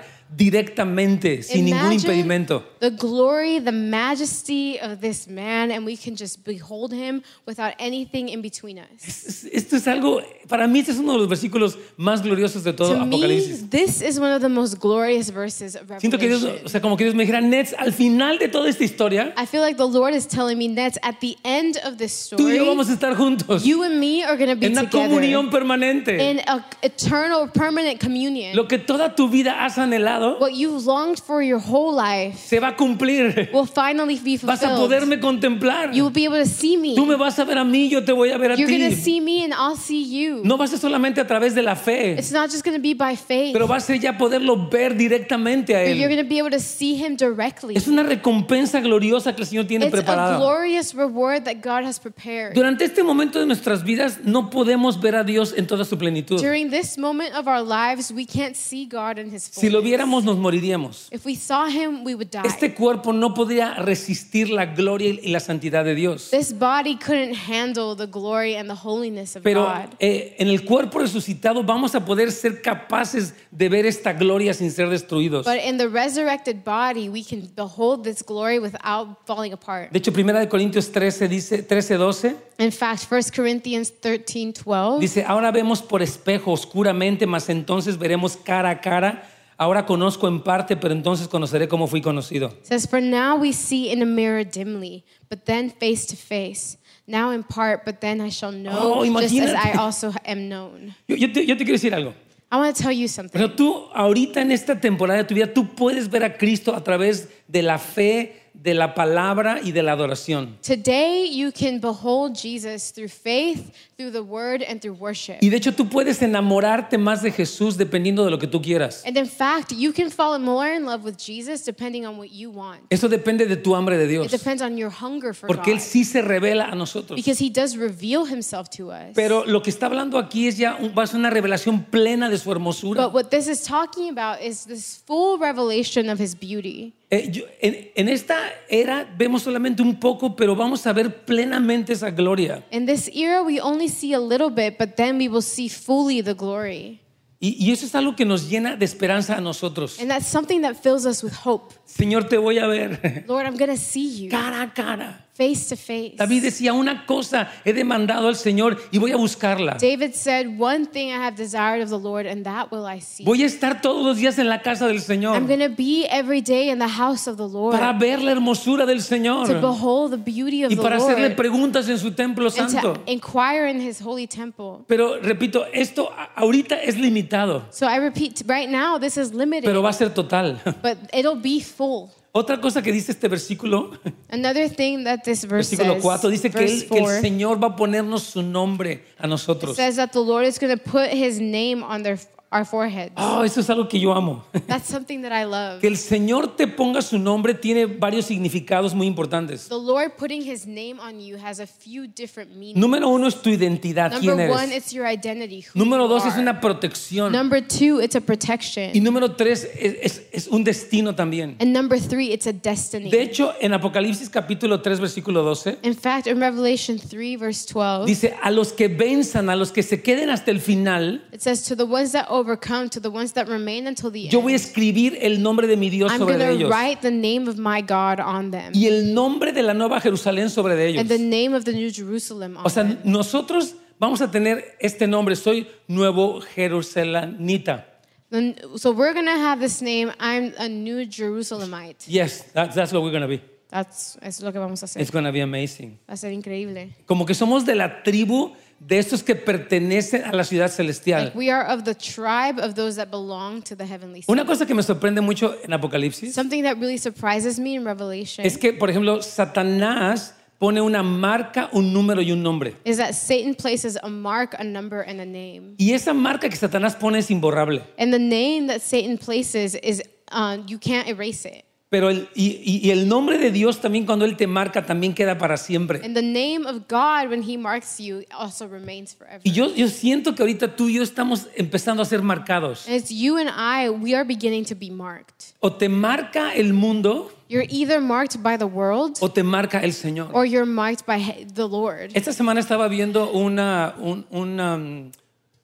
directamente, sin ningún
Imagine
impedimento.
The glory, the majesty of this man, and we can just behold him without anything in between us.
Es- es- Esto es algo, para mí este es uno de los versículos más gloriosos de todo
to me,
Apocalipsis.
this is one of the most glorious verses of
Siento que Dios,
Revelation.
o sea, como que Dios me dijera, Nets, al final de toda esta historia,
I feel like the Lord is telling me, Nets, at the end of this
tú y
story,
yo vamos a estar juntos
you and me are going to be
en una
together
comunión permanente.
in an eternal, permanent communion.
Lo que toda tu vida has anhelado
what you've longed for your whole life
se va a cumplir.
will finally be
Vas a
fulfilled.
poderme contemplar.
you will be able to see
Tú me
me.
vas a ver a mí, yo te voy a ver a
You're going to
ti.
see me and I'll see you.
No va a ser solamente a través de la fe,
It's not just going to be by faith,
pero va a ser ya poderlo ver directamente a
but you're
Él.
going to be able to see him directly.
Es una recompensa gloriosa que el Señor tiene
It's a
preparada.
glorious reward that God has prepared.
Durante este momento de nuestras vidas no podemos ver a Dios en toda su plenitud.
During this moment of our lives, we can't see God in His fullness.
Si lo viéramos nos moriríamos.
if we saw Him, we would die.
Este cuerpo no podría resistir la gloria y la santidad de Dios.
this body couldn't handle the glory and the holiness of
Pero
God.
eh, eh, en el cuerpo resucitado vamos a poder ser capaces de ver esta gloria sin ser destruidos.
But in the resurrected body, we can behold this glory without falling apart.
De hecho, 1 de Corintios 13 dice 13 12
In fact, 1 Corinthians 13 12
dice, "Ahora vemos por espejo oscuramente, mas entonces veremos cara a cara. Ahora conozco en parte, pero entonces conoceré como fui conocido."
says, For now we see in a mirror dimly, but then face to face. Now in part, but then I shall know,
Oh,
just as
imagínate.
I also am known.
Yo, yo te, yo te quiero decir algo.
I want to tell you something.
Pero tú ahorita en esta temporada de tu vida tú puedes ver a Cristo a través de la fe, de la palabra y de la adoración.
Today, you can behold Jesus through faith, through the word, and through worship.
Y de hecho tú puedes enamorarte más de Jesús dependiendo de lo que tú quieras.
And in fact, you can fall more in love with Jesus depending on what you want.
Eso depende de tu hambre de
It
Dios.
depends on your hunger for
Porque Él
God.
sí se revela a nosotros.
Because he does reveal himself to us.
Pero lo que está hablando aquí es ya un- va a ser una revelación plena de su hermosura.
But what this is talking about is this full revelation of his beauty.
Eh, yo- en, en esta era vemos solamente un poco, pero vamos a ver plenamente esa gloria.
In this era, we only see a little bit, but then we will see fully the glory.
Y, y eso es algo que nos llena de esperanza a nosotros.
And that's something that fills us with hope.
Señor, te voy a ver
Lord, I'm going to see you
cara a cara.
face to face.
David decía, una cosa he demandado al Señor y voy a buscarla.
David said, One thing I have desired of the Lord, and that will I see.
Voy a estar todos los días en la casa del
I'm
Señor
going to be every day in the house of the Lord
para ver la hermosura del
to
Señor
behold the beauty of
y
the
para hacerle
Lord
preguntas en su templo
and to
santo.
inquire in his holy temple.
Pero repito, esto a- ahorita es limitado,
So I repeat, right now, this is limited,
pero va a ser total.
but it'll be full.
Otra cosa que dice este versículo,
Another thing that this verse
versículo
says,
4, dice que
verse
el, que el
4,
Señor va a ponernos su nombre a nosotros.
says that the Lord is going to put his name on their, our foreheads.
Oh, eso es algo que yo amo.
That's something that I love.
Que el Señor te ponga su nombre tiene varios significados muy importantes.
The Lord putting his name on you has a few different meanings.
Número uno es tu identidad, quién
Number one,
eres.
it's your identity. Who
Número
you
dos es
are.
una protección.
Number two, it's a
Y
protection.
número tres es, es- es un destino también.
And number three, it's a destiny.
De hecho, en Apocalipsis capítulo 3, versículo 12,
In fact, in Revelation 3, verse 12,
dice, a los que venzan, a los que se queden hasta el final,
it says, To the ones that overcome, to the ones that remain until the
Yo voy a
end,
escribir el nombre de mi Dios
I'm
sobre de
going to
ellos
write the name of my God on them
y el nombre de la nueva Jerusalén sobre de
and the
ellos.
name of the New Jerusalem on
O sea,
them.
nosotros vamos a tener este nombre, soy nuevo Jerusalenita.
Then- so we're going to have this name, I'm a New Jerusalemite.
Yes, that's, that's what we're gonna be.
That's, es lo que vamos a
It's
hacer.
gonna be amazing.
Va a ser increíble.
Como que somos de la tribu de estos que pertenecen a la ciudad celestial.
Like we are of the tribe of those that belong to the heavenly city.
Una cosa que me sorprende mucho en Apocalipsis
Something that really surprises me in Revelation
es que, por ejemplo, Satanás pone una marca, un número y un nombre.
is that Satan places a mark, a number, and a name.
Y esa marca que Satanás pone es imborrable.
And the name that Satan places is um, you can't erase it.
Pero el, y, y- y el nombre de Dios también cuando Él te marca también queda para siempre.
And the name of God, when he marks you, also remains forever.
Y yo, yo siento que ahorita tú y yo estamos empezando a ser marcados.
And it's you and I, we are beginning to be marked.
O te marca el mundo
You're either marked by the world
o te marca el Señor.
or you're marked by he- the Lord.
Esta semana estaba viendo una, un, una, mm,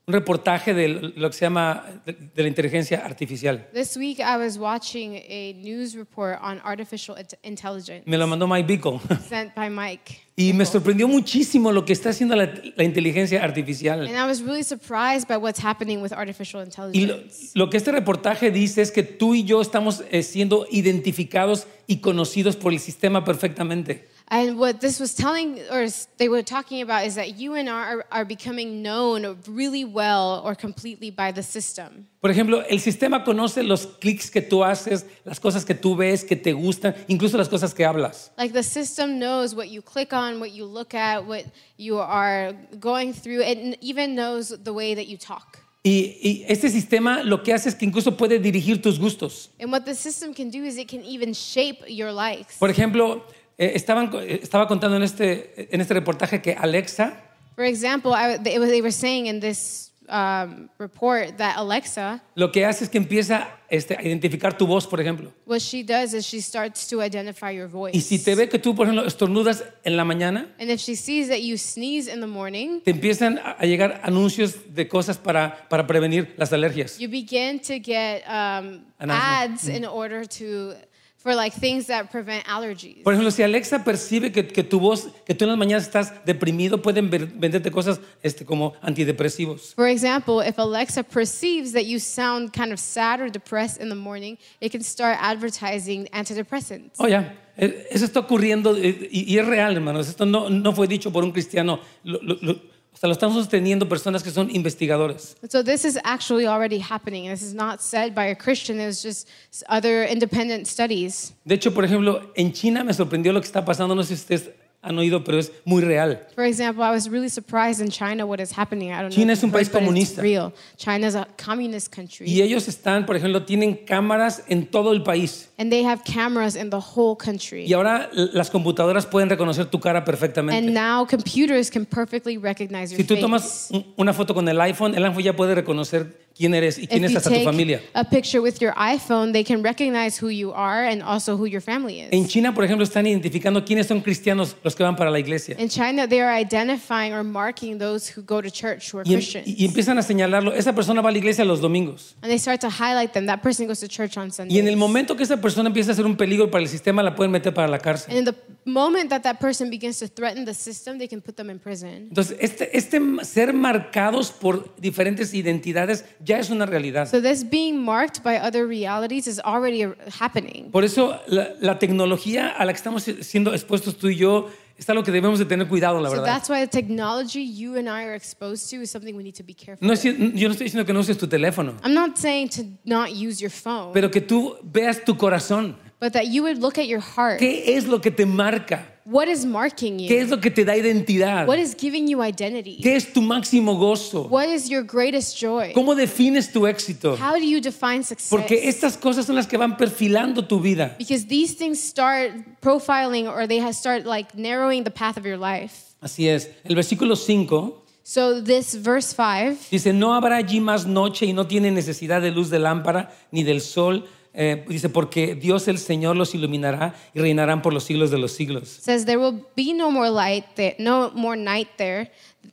un reportaje de lo que se llama de, de la inteligencia artificial.
This week, I was watching a news report on artificial int- intelligence
Me lo mandó Mike Bickle.
sent by Mike.
Y me sorprendió muchísimo lo que está haciendo la, la inteligencia artificial.
And I was really surprised by what's happening with artificial
Y lo,
intelligence.
lo que este reportaje dice es que tú y yo estamos eh, siendo identificados y conocidos por el sistema perfectamente.
And what this was telling, or s- they were talking about, is that you and I are, are becoming known really well or completely by the system.
Por ejemplo, el sistema conoce los clics que tú haces, las cosas que tú ves, que te gustan, incluso las cosas que hablas.
Like the system knows what you click on, what you look at, what you are going through. It n- even knows the way that you talk.
Y, y este sistema lo que hace es que incluso puede dirigir tus gustos.
And what the system can do is it can even shape your likes.
Por ejemplo, eh, estaban, co- eh, estaba contando en este, en este reportaje que Alexa
For example, I, they, they were saying in this um, report that Alexa,
Lo que hace es que empieza este, a identificar tu voz, por ejemplo.
what she does is she starts to identify your voice.
Y si te ve que tú, por ejemplo, estornudas en la mañana,
And if she sees that you sneeze in the morning,
te empiezan a a llegar anuncios de cosas para, para prevenir las alergias.
you begin to get um,
Announcement.
ads in
Mm-hmm.
order to for like things that prevent allergies.
Por ejemplo, si Alexa percibe que, que tu voz, que tú en las mañanas estás deprimido, pueden ver- venderte cosas este, como antidepresivos.
For example, if Alexa perceives that you sound kind of sad or depressed in the morning, it can start advertising antidepressants.
Oh, ya. Eh, Eso está ocurriendo eh, y, y es real, hermanos. Esto no, no fue dicho por un cristiano. Lo, lo- lo- o sea, lo están sosteniendo personas que son investigadores.
So this is actually already happening. This is not said by a Christian. It's just s- other independent studies.
De hecho, por ejemplo, en China me sorprendió lo que está pasando. No sé si ustedes han oído, pero es muy real.
For example, I was really surprised in China what is happening. I don't
China
know.
es un
if
país
you've heard, but
comunista.
It's real. China is a communist country.
Y ellos están, por ejemplo, tienen cámaras en todo el país.
And they have cameras in the whole country.
Y ahora l- las computadoras pueden reconocer tu cara
And
perfectamente.
now computers can perfectly recognize your
Si tú
face.
tomas un- una foto con el iPhone, el iPhone ya puede reconocer quién eres y
if
quién es
you
hasta tu
take
familia.
a picture with your iPhone, they can recognize who you are and also who your family is.
En China, por ejemplo, están identificando quiénes son cristianos los que van para la iglesia.
in China, they are identifying or marking those who go to church who are
Y, em-
Christians.
y empiezan a señalarlo. Esa persona va a la iglesia los domingos.
and they start to highlight them. That person goes to church on Sunday.
Y en el momento que esa persona empieza a ser un peligro para el sistema, la pueden meter para la cárcel.
and in the moment that that person begins to threaten the system, they can put them in prison.
Entonces, este, este ma- ser marcados por diferentes identidades ya es una realidad.
So this being marked by other realities is already uh, happening.
Por eso la, la tecnología a la que estamos siendo expuestos tú y yo es algo que debemos de tener cuidado, la
So
verdad.
that's why the technology you and I are exposed to is something we need to be careful.
No es- yo no estoy diciendo que no uses tu teléfono,
I'm not saying to not use your phone,
pero que tú veas tu corazón.
but that you would look at your heart.
¿Qué es lo que te marca?
What is marking you?
¿Qué es lo que te da identidad?
What is giving you identity?
¿Qué es tu máximo gozo?
What is your greatest joy?
¿Cómo defines tu éxito?
How do you define success?
Porque estas cosas son las que van perfilando tu vida.
Because these things start profiling or they ha- start like narrowing the path of your life.
Así es. El versículo 5
So this verse 5
dice, no habrá allí más noche y no tiene necesidad de luz de lámpara ni del sol. Eh, dice, porque Dios el Señor los iluminará y reinarán por los siglos de los siglos.
says there will be no more light there, no more night there.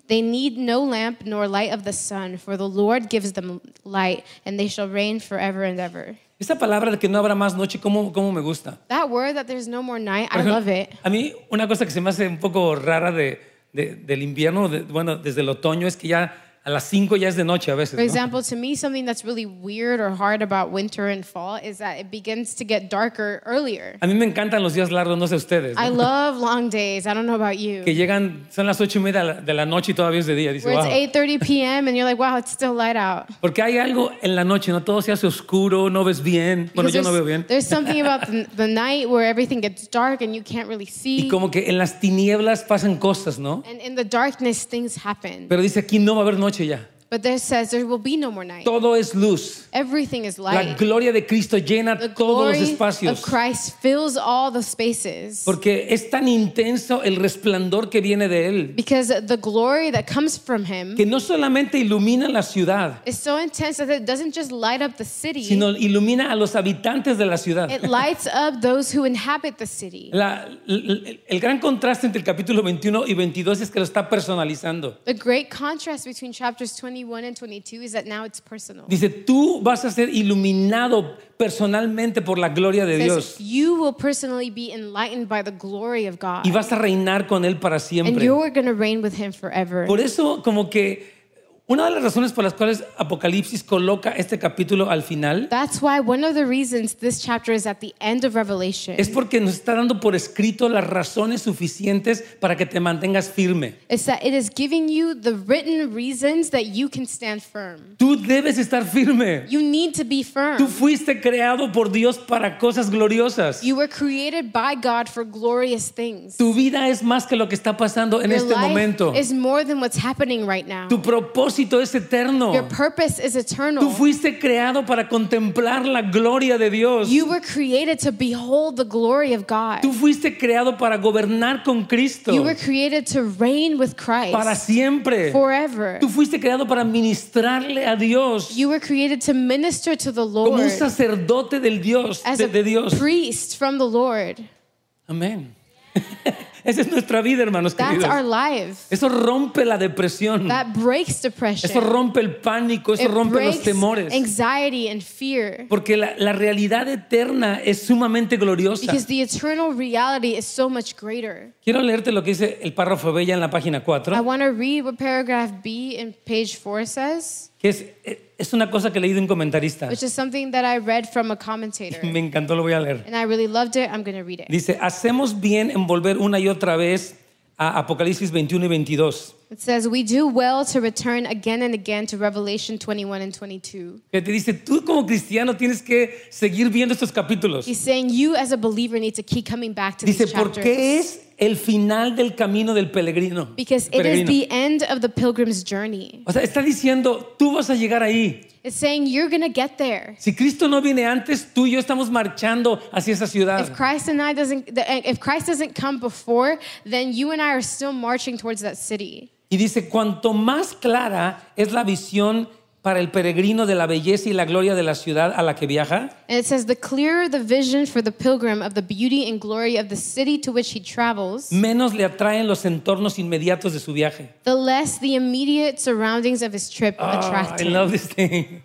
They need no lamp nor light of the sun, for the Lord gives them light and they shall reign forever and ever.
Esta palabra de que no habrá más noche, ¿cómo, cómo me gusta?
That word that there's no more night,
Por
I
ejemplo,
love it.
A mí una cosa que se me hace un poco rara de, de- del invierno, de- bueno, desde el otoño, es que ya a las 5 Pues ya es de noche a veces.
For
¿no?
example, to me, something that's really weird or hard about winter and fall is that it begins to get darker earlier.
A mí me encantan los días largos, no sé ustedes. ¿no?
I love long days. I don't know about
Que
you.
llegan, son las 8 y media de la- de la noche y todavía es de día. Dice,
Where it's
"Wow".
8:30 p.m. and you're like, wow, it's still light out.
Porque hay algo en la noche, ¿no? Todo se hace oscuro, no ves bien. Bueno, yo
Because
no veo bien.
there's, there's something about the, the night where everything gets dark and you can't really
Y
see.
como que en las tinieblas pasan cosas, ¿no?
And in the darkness, things happen.
Pero dice aquí no va a haber noche ya.
But there says there will be no more night.
Todo es luz.
Everything is
La
light.
gloria de Cristo
The
llena todos los
glory of
espacios.
Christ fills all the spaces.
Porque es tan intenso el resplandor que viene de Él,
Because the glory that comes from Him
que no solamente ilumina la ciudad,
It's so intense that it doesn't just light up the city,
sino ilumina a los habitantes de la ciudad.
it lights up those who inhabit the city.
La- el, el gran contraste entre el capítulo 21 y 22 es que lo está personalizando.
The great contrast between chapters 21 and 22 is that now it's personal.
Dice, tú vas a ser iluminado personalmente por la gloria de
It
Dios
says, you will personally be enlightened by the glory of God,
y vas a reinar con Él para
and
siempre.
you're going to reign with Him forever.
Por eso, como que una de las razones por las cuales Apocalipsis coloca este capítulo al final
That's why one of the reasons this chapter is at the end of Revelation.
es porque nos está dando por escrito las razones suficientes para que te mantengas firme.
It's that it is giving you the written reasons that you can stand firm.
Tú debes estar firme.
You need to be
Tú
firm.
fuiste creado por Dios para cosas gloriosas.
You were created by God for glorious things.
Tu vida es más que lo que está pasando en
Your
este
life
momento.
is more than what's happening right now.
Tu propósito es eterno.
Your purpose is
Tú
eternal.
fuiste creado para contemplar la gloria de Dios.
You were created to behold the glory of God.
Tú fuiste creado para gobernar con Cristo
You were created to reign with
para
Christ
siempre.
forever.
Tú fuiste creado para ministrarle a Dios
You were created to minister to the
como un
Lord
sacerdote del Dios,
as
de, de
a
Dios.
priest from the Lord.
Amén. Esa es nuestra vida, hermanos
That's
queridos.
our life.
Eso rompe la depresión.
That breaks depression.
Eso rompe el pánico, eso
It
rompe los
breaks
temores.
anxiety and fear.
Porque la, la realidad eterna es sumamente gloriosa.
Because the eternal reality is so much greater.
Quiero leerte lo que dice el párrafo bella en la página
I
4,
want to read what paragraph B in page 4 says,
que es, es una cosa que leí de un comentarista.
which is something that I read from a commentator.
Me encantó, lo voy a leer.
And I really loved it. I'm going to read it.
Dice, hacemos bien en volver una y otra vez a Apocalipsis 21 y 22.
It says, We do well to return again and again to Revelation 21 and 22.
Que te dice, tú como cristiano tienes que seguir viendo estos capítulos.
He's saying you as a believer need to keep coming back to
Dice,
these chapters.
porque es el final del camino del peregrino.
Because it is
Peregrino.
the end of the pilgrim's journey.
O sea, está diciendo, tú vas a llegar ahí.
It's saying you're going to get there.
Si Cristo no viene antes, tú y yo estamos marchando hacia esa
If
ciudad.
Christ and I doesn't the- if Christ doesn't come before, then you and I are still marching towards that city.
Y dice, cuanto más clara es la visión para el peregrino de la belleza y la gloria de la ciudad a la que viaja,
And it says the clearer the vision for the pilgrim of the beauty and glory of the city to which he travels,
menos le atraen los entornos inmediatos de su viaje.
the less the immediate surroundings of his trip
Ah,
attract
I
him.
love this thing.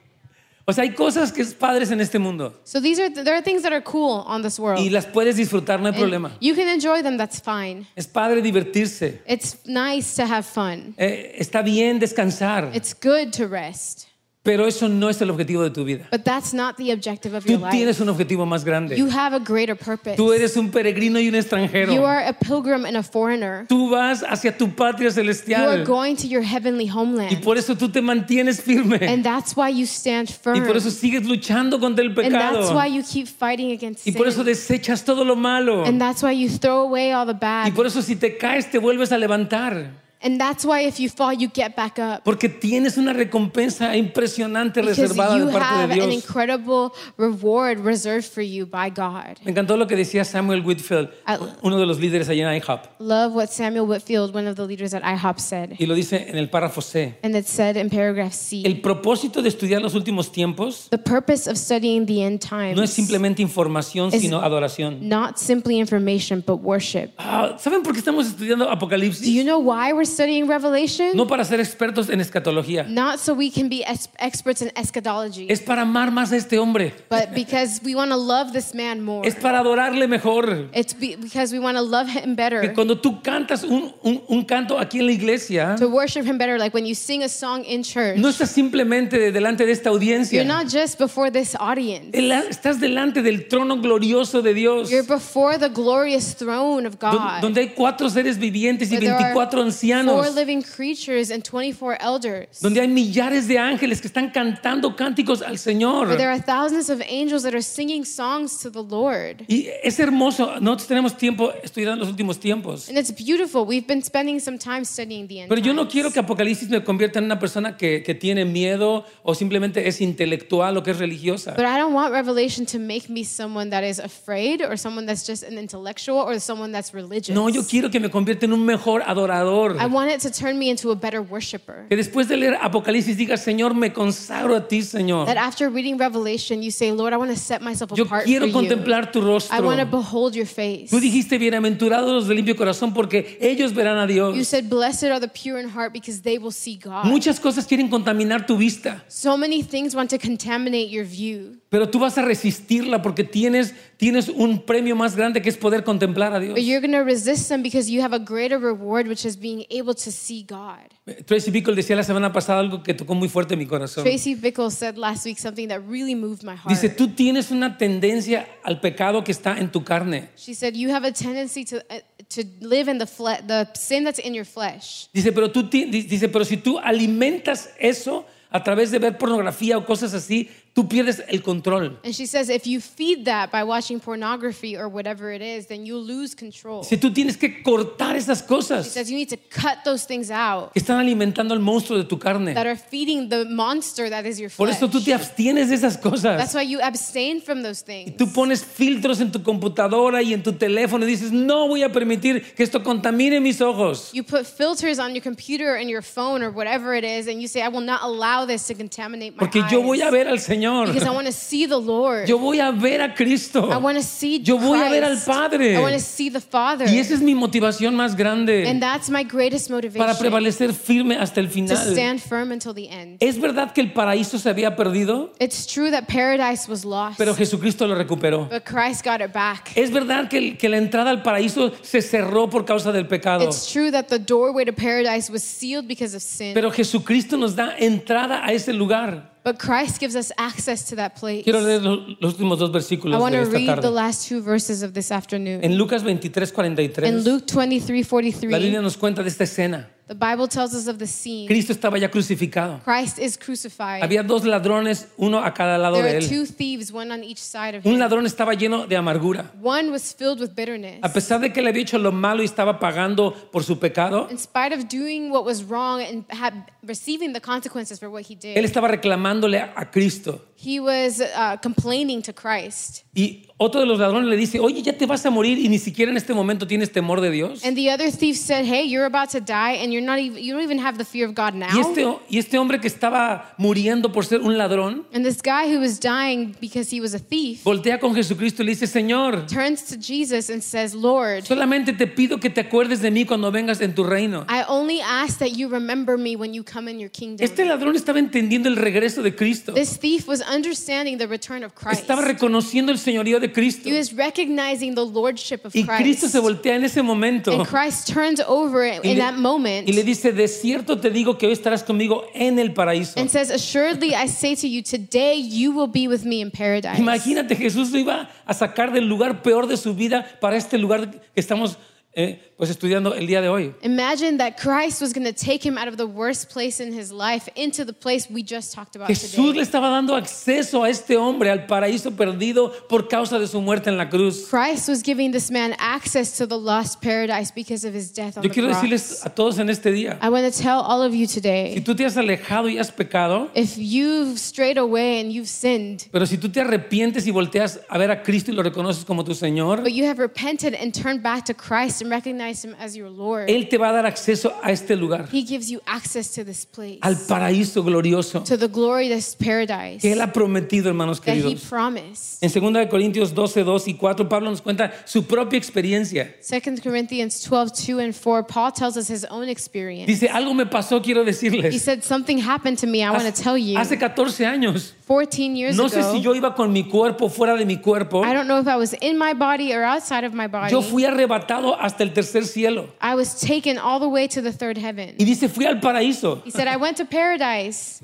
O sea, hay cosas que es padres en este mundo
So these are there are things that are cool on this world.
y las puedes disfrutar, no hay
And
problema.
You can enjoy them, that's fine.
Es padre divertirse.
It's nice to have fun.
Eh, está bien descansar,
It's good to rest,
pero eso no es el objetivo de tu vida.
but that's not the objective of your
Tú
life.
tienes un objetivo más
You
grande.
have a greater purpose.
Tú eres un peregrino y un extranjero.
You are a pilgrim and a foreigner.
Tú vas hacia tu patria
You are
celestial.
going to your heavenly
Y
homeland.
por eso tú te mantienes firme.
And that's why you stand
Y
firm.
por eso sigues luchando contra el
And that's
pecado.
why you keep fighting against
Y por eso
sin.
desechas todo lo malo.
And that's why you throw away all the
Y
bad.
por eso si te caes te vuelves a levantar.
And that's why if you fall, you get back up.
Porque tienes una recompensa impresionante
Because
reservada
you
de parte
have
de
an
Dios.
incredible reward reserved for you by God.
Me encantó lo que decía Samuel Whitfield,
I-
uno de los líderes allá en IHOP.
Love what Samuel Whitfield, one of the leaders at IHOP, said.
Y lo dice en el párrafo C.
And it said in paragraph C.
El propósito de estudiar los últimos tiempos
The purpose of studying the end times
no es simplemente información,
Es-
sino adoración.
not simply information, but worship.
Ah, ¿Saben por qué estamos estudiando
Do you
Apocalipsis?
know why we're studying Revelation?
No para ser expertos en escatología.
Not so we can be es- experts in eschatology,
Es para amar más a este hombre.
but because we want to love this man more.
Es para adorarle mejor.
It's be- because we want to love
Que
him better,
cuando tú cantas un, un- un canto aquí en la iglesia,
to worship him better. Like when you sing a song in church,
no estás simplemente de- delante de esta
you're
audiencia.
not just before this audience,
Ela- Estás delante del trono glorioso de Dios,
you're before the glorious throne of
do-
God.
donde hay cuatro seres vivientes y
where there are
24
four
ancianos,
living creatures and 24 elders.
donde hay millares de ángeles que están cantando cánticos al Señor.
Where there are thousands of angels that are singing songs to the Lord.
Y es hermoso, nosotros tenemos tiempo estudiando los últimos tiempos.
And it's beautiful. We've been spending some time studying the end.
Pero yo no
times.
quiero que Apocalipsis me convierta en una persona que, que tiene miedo o simplemente es intelectual o que es religiosa.
But I don't want Revelation to make me someone that is afraid or someone that's just an intellectual or someone that's religious.
No, yo quiero que me convierta en un mejor adorador.
I want it to turn me into a better worshiper.
Que después de leer Apocalipsis diga, Señor, me consagro a ti, Señor.
That after reading Revelation, you say, Lord, I want to set myself
Yo
apart for
quiero
you.
contemplar tu
I want to
rostro.
behold your face.
Tú dijiste, bienaventurados los de limpio corazón, porque ellos verán a
You
Dios.
said, Blessed are the pure in heart because they will see God.
Muchas cosas quieren contaminar tu vista,
So many things want to contaminate your view.
pero tú vas a resistirla porque tienes, tienes un premio más grande que es poder contemplar a Dios.
But you're going to resist them because you have a greater reward, which is being able to see God.
Tracy Bickle decía la semana pasada algo que tocó muy fuerte mi corazón.
Tracy Bickle said last week something that really moved my heart.
Dice, tú tienes una tendencia al pecado que está en tu carne.
she said, "You have a tendency to uh, to live in the fle- the sin that's in your flesh."
Dice, pero tú ti- di- dice, pero si tú alimentas eso a través de ver pornografía o cosas así, tú pierdes el control.
And she says if you feed that by watching pornography or whatever it is, then you lose control.
Si
She
tú tienes que cortar esas cosas
says you need to cut those things out
que están alimentando al monstruo de tu
that
carne.
are feeding the monster that is your
Por
flesh.
eso tú te abstienes de esas
That's
cosas.
why you abstain from those things.
Tú pones filtros en tu computadora y en tu teléfono y dices, no voy a permitir que esto contamine mis ojos.
You put filters on your computer and your phone or whatever it is, and you say, I will not allow this to contaminate my
Porque
eyes.
yo voy a ver al Señor.
Because I want to see the Lord.
Yo voy a ver a Cristo.
I want to see
Yo voy a ver al
Christ.
Padre.
I want to see the Father.
Y esa es mi motivación más
And
grande
that's my greatest motivation
para prevalecer firme hasta el
to
final.
stand firm until the end.
Es verdad que el paraíso se había perdido,
It's true that paradise was lost,
pero Jesucristo lo recuperó.
but Christ got it back.
Es verdad que, el- que la entrada al paraíso se cerró por causa del pecado,
It's true that the doorway to paradise was sealed because of sin,
pero Jesucristo nos da entrada a ese lugar.
but Christ gives us access to that place.
Quiero leer lo- los, últimos dos
I
versículos
want
de
to
esta
read the
tarde.
last two verses of this afternoon.
En Lucas 23,
In
43,
Luke 23
la
43,
Biblia nos cuenta de esta escena.
the Bible tells us of the scene.
Cristo estaba ya crucificado.
Christ is crucified.
Había dos ladrones, uno a cada lado
There
de
are
él.
two thieves, one on each side of
Un
him.
ladrón estaba lleno de amargura.
One was filled with
A
bitterness.
pesar de que le había hecho lo malo y estaba pagando por su pecado,
In spite of doing what was wrong and had, receiving the consequences for what he
él
did,
estaba reclamándole a Cristo.
he was uh, complaining to Christ.
Y otro de los ladrones le dice, oye, ya te vas a morir y ni siquiera en este momento tienes temor de Dios.
And the other thief said, "Hey, you're about to die, and you're not even, you don't even have the fear of God
Y
now."
este, y este hombre que estaba muriendo por ser un ladrón,
And this guy who was dying because he was a thief
voltea con Jesucristo y le dice, Señor,
turns to Jesus and says, "Lord,
solamente te pido que te acuerdes de mí cuando vengas en tu reino.
I only ask that you remember me when you come in your kingdom."
Este ladrón estaba entendiendo el regreso de Cristo.
This thief was understanding the return of Christ.
Estaba reconociendo el señorío de Cristo.
He was recognizing the lordship of
Y Cristo
Christ.
se voltea en ese momento
And Christ turns over
y
in
le,
that moment
y le dice, de cierto te digo que hoy estarás conmigo en el paraíso.
and says, Assuredly, I say to you, today you will be with me in paradise.
Imagínate, Jesús lo iba a sacar del lugar peor de su vida para este lugar que estamos eh, pues estudiando el día de hoy.
Imagine that Christ was going to take him out of the worst place in his life into the place we just talked about
Jesús le
today.
estaba dando acceso a este hombre al paraíso perdido por causa de su muerte en la cruz.
Christ was giving this man access to the lost paradise because of his death on
Yo
the
quiero
cross.
decirles a todos en este día,
I want to tell all of you
si
today
tú te has alejado y has pecado,
if you've strayed away and you've sinned,
pero si tú te arrepientes y volteas a ver a Cristo y lo reconoces como tu Señor,
But you have repented and turned back to Christ and recognized Him as your Lord.
Él te va a dar acceso a este lugar,
He gives you access to this place,
al paraíso glorioso
to the glorious paradise
que Él ha prometido, hermanos
that He
queridos.
promised.
En 2 de Corintios 12, 2 y 4, Pablo nos cuenta su propia experiencia.
2 Corinthians 12, 2 and 4, Paul tells us his own experience.
Dice, algo me pasó, quiero
He
decirles.
said, Something happened to me, I want to tell you.
Hace 14 años,
14 years
no sé si yo
ago,
iba con mi cuerpo, fuera de mi cuerpo,
I don't know if I was in my body or outside of my body.
yo fui arrebatado hasta el tercer cielo.
I was taken all the way to the third heaven.
Y dice, fui al paraíso.
He said, I went to paradise.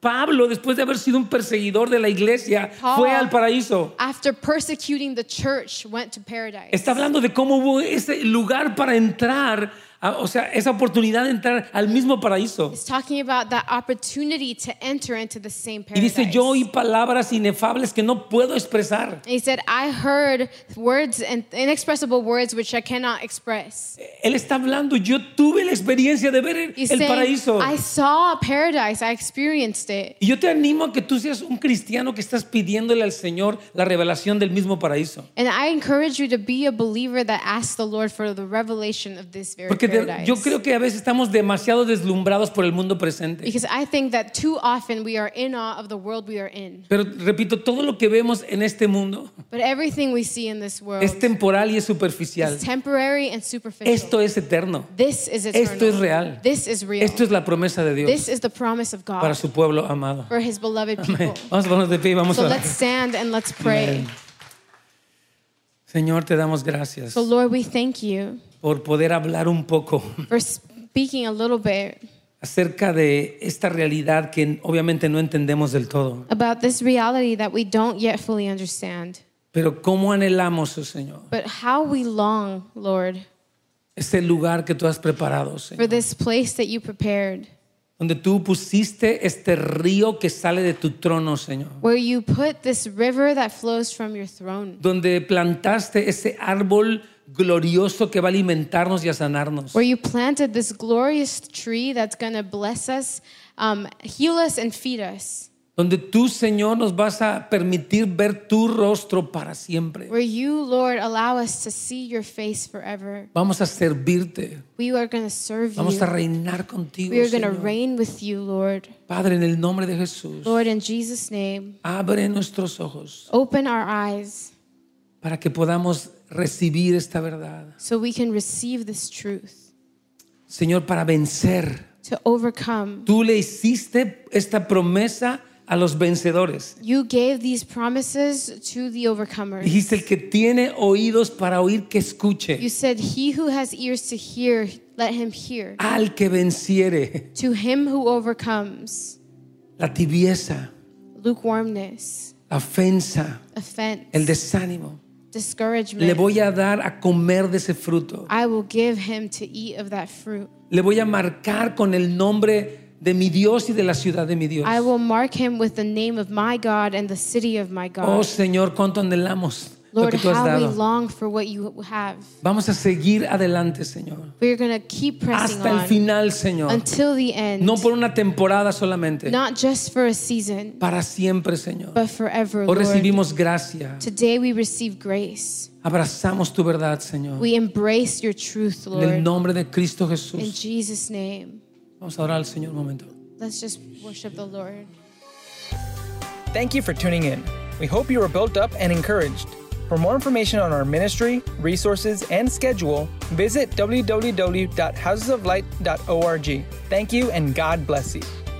Pablo, después de haber sido un perseguidor de la iglesia,
Paul.
fue al paraíso.
After persecuting the church, went to paradise.
Está hablando de cómo hubo ese lugar para entrar, a- o sea, esa oportunidad de entrar al mismo paraíso.
It's talking about that opportunity to enter into the same
Y
paradise.
dice, yo oí palabras inefables que no puedo expresar.
And he said, I heard words and inexpressible words which I cannot express.
Él está hablando, yo tuve la experiencia de ver el,
He's
el
saying,
paraíso.
I saw paradise, I experienced it.
Y yo te animo a que tú seas un cristiano que estás pidiéndole al Señor la revelación del mismo paraíso.
And I encourage you to be a believer that asks the Lord for the revelation of this very
Porque de-
paradise.
yo creo que a veces estamos demasiado deslumbrados por el mundo presente.
because I think that too often we are in awe of the world we are in.
Pero repito, todo lo que vemos en este mundo
But everything we see in this world
es temporal y es superficial.
is temporary and superficial.
Esto es eterno.
this is eternal.
Esto es real.
This is real.
Esto es la promesa de Dios
This is the promise of God
para su pueblo amado.
for his beloved people.
Amén. Vamos a ponernos de pie y vamos a
So
orar.
let's stand and let's pray.
Amén. Señor, te damos gracias
So, Lord, we thank you
por poder hablar un poco
for speaking a little bit
acerca de esta realidad que obviamente no entendemos del todo,
about this reality that we don't yet fully understand.
pero cómo anhelamos, oh Señor,
But how we long, Lord,
ese lugar que tú has preparado,
for
Señor.
this place that you prepared.
donde tú pusiste este río que sale de tu trono, Señor.
where you put this river that flows from your throne,
Donde plantaste ese árbol glorioso que va a alimentarnos y a sanarnos.
where you planted this glorious tree that's going to bless us, um, heal us, and feed us,
Donde tú, Señor, nos vas a permitir ver tu rostro para siempre.
where you, Lord, allow us to see your face forever.
Vamos a servirte.
We are going to serve
Vamos a
you.
reinar contigo.
We are going to
Señor.
reign with you, Lord.
Padre, en el nombre de Jesús,
Lord, in Jesus' name,
abre nuestros ojos
open our eyes
para que podamos recibir esta verdad.
so we can receive this truth,
Señor, para vencer.
to overcome.
Tú le hiciste esta promesa a los vencedores.
You gave these promises to the overcomers.
Dijiste, el que tiene oídos para oír, que
You
escuche.
said, He who has ears to hear, let him hear.
Al que venciere
To him who overcomes
la tibieza,
lukewarmness,
la ofensa,
offense,
el desánimo. Le
discouragement,
voy a dar a comer de ese fruto.
I will give him to eat of that fruit.
Le voy a marcar con el nombre de mi Dios y de la ciudad de mi Dios.
I will mark him with the name of my God and the city of my
Oh
God.
Señor, cuánto anhelamos lo
Lord,
que tú has
how we
dado.
long for what you have.
Vamos a seguir adelante, Señor.
We're going to keep pressing
Hasta el
on
final, Señor.
until the end.
No por una temporada solamente.
Not just for a season,
Para siempre, Señor.
but forever,
Hoy
Lord.
recibimos gracia.
Today we receive grace.
Abrazamos tu verdad, Señor.
We embrace your truth,
En el
Lord.
nombre de Cristo
In
Jesús.
Jesus' name.
Vamos a orar al Señor un momento.
Let's just worship the Lord.
Thank you for tuning in. We hope you were built up and encouraged. For more information on our ministry, resources, and schedule, visit www.housesoflight.org. Thank you and God bless you.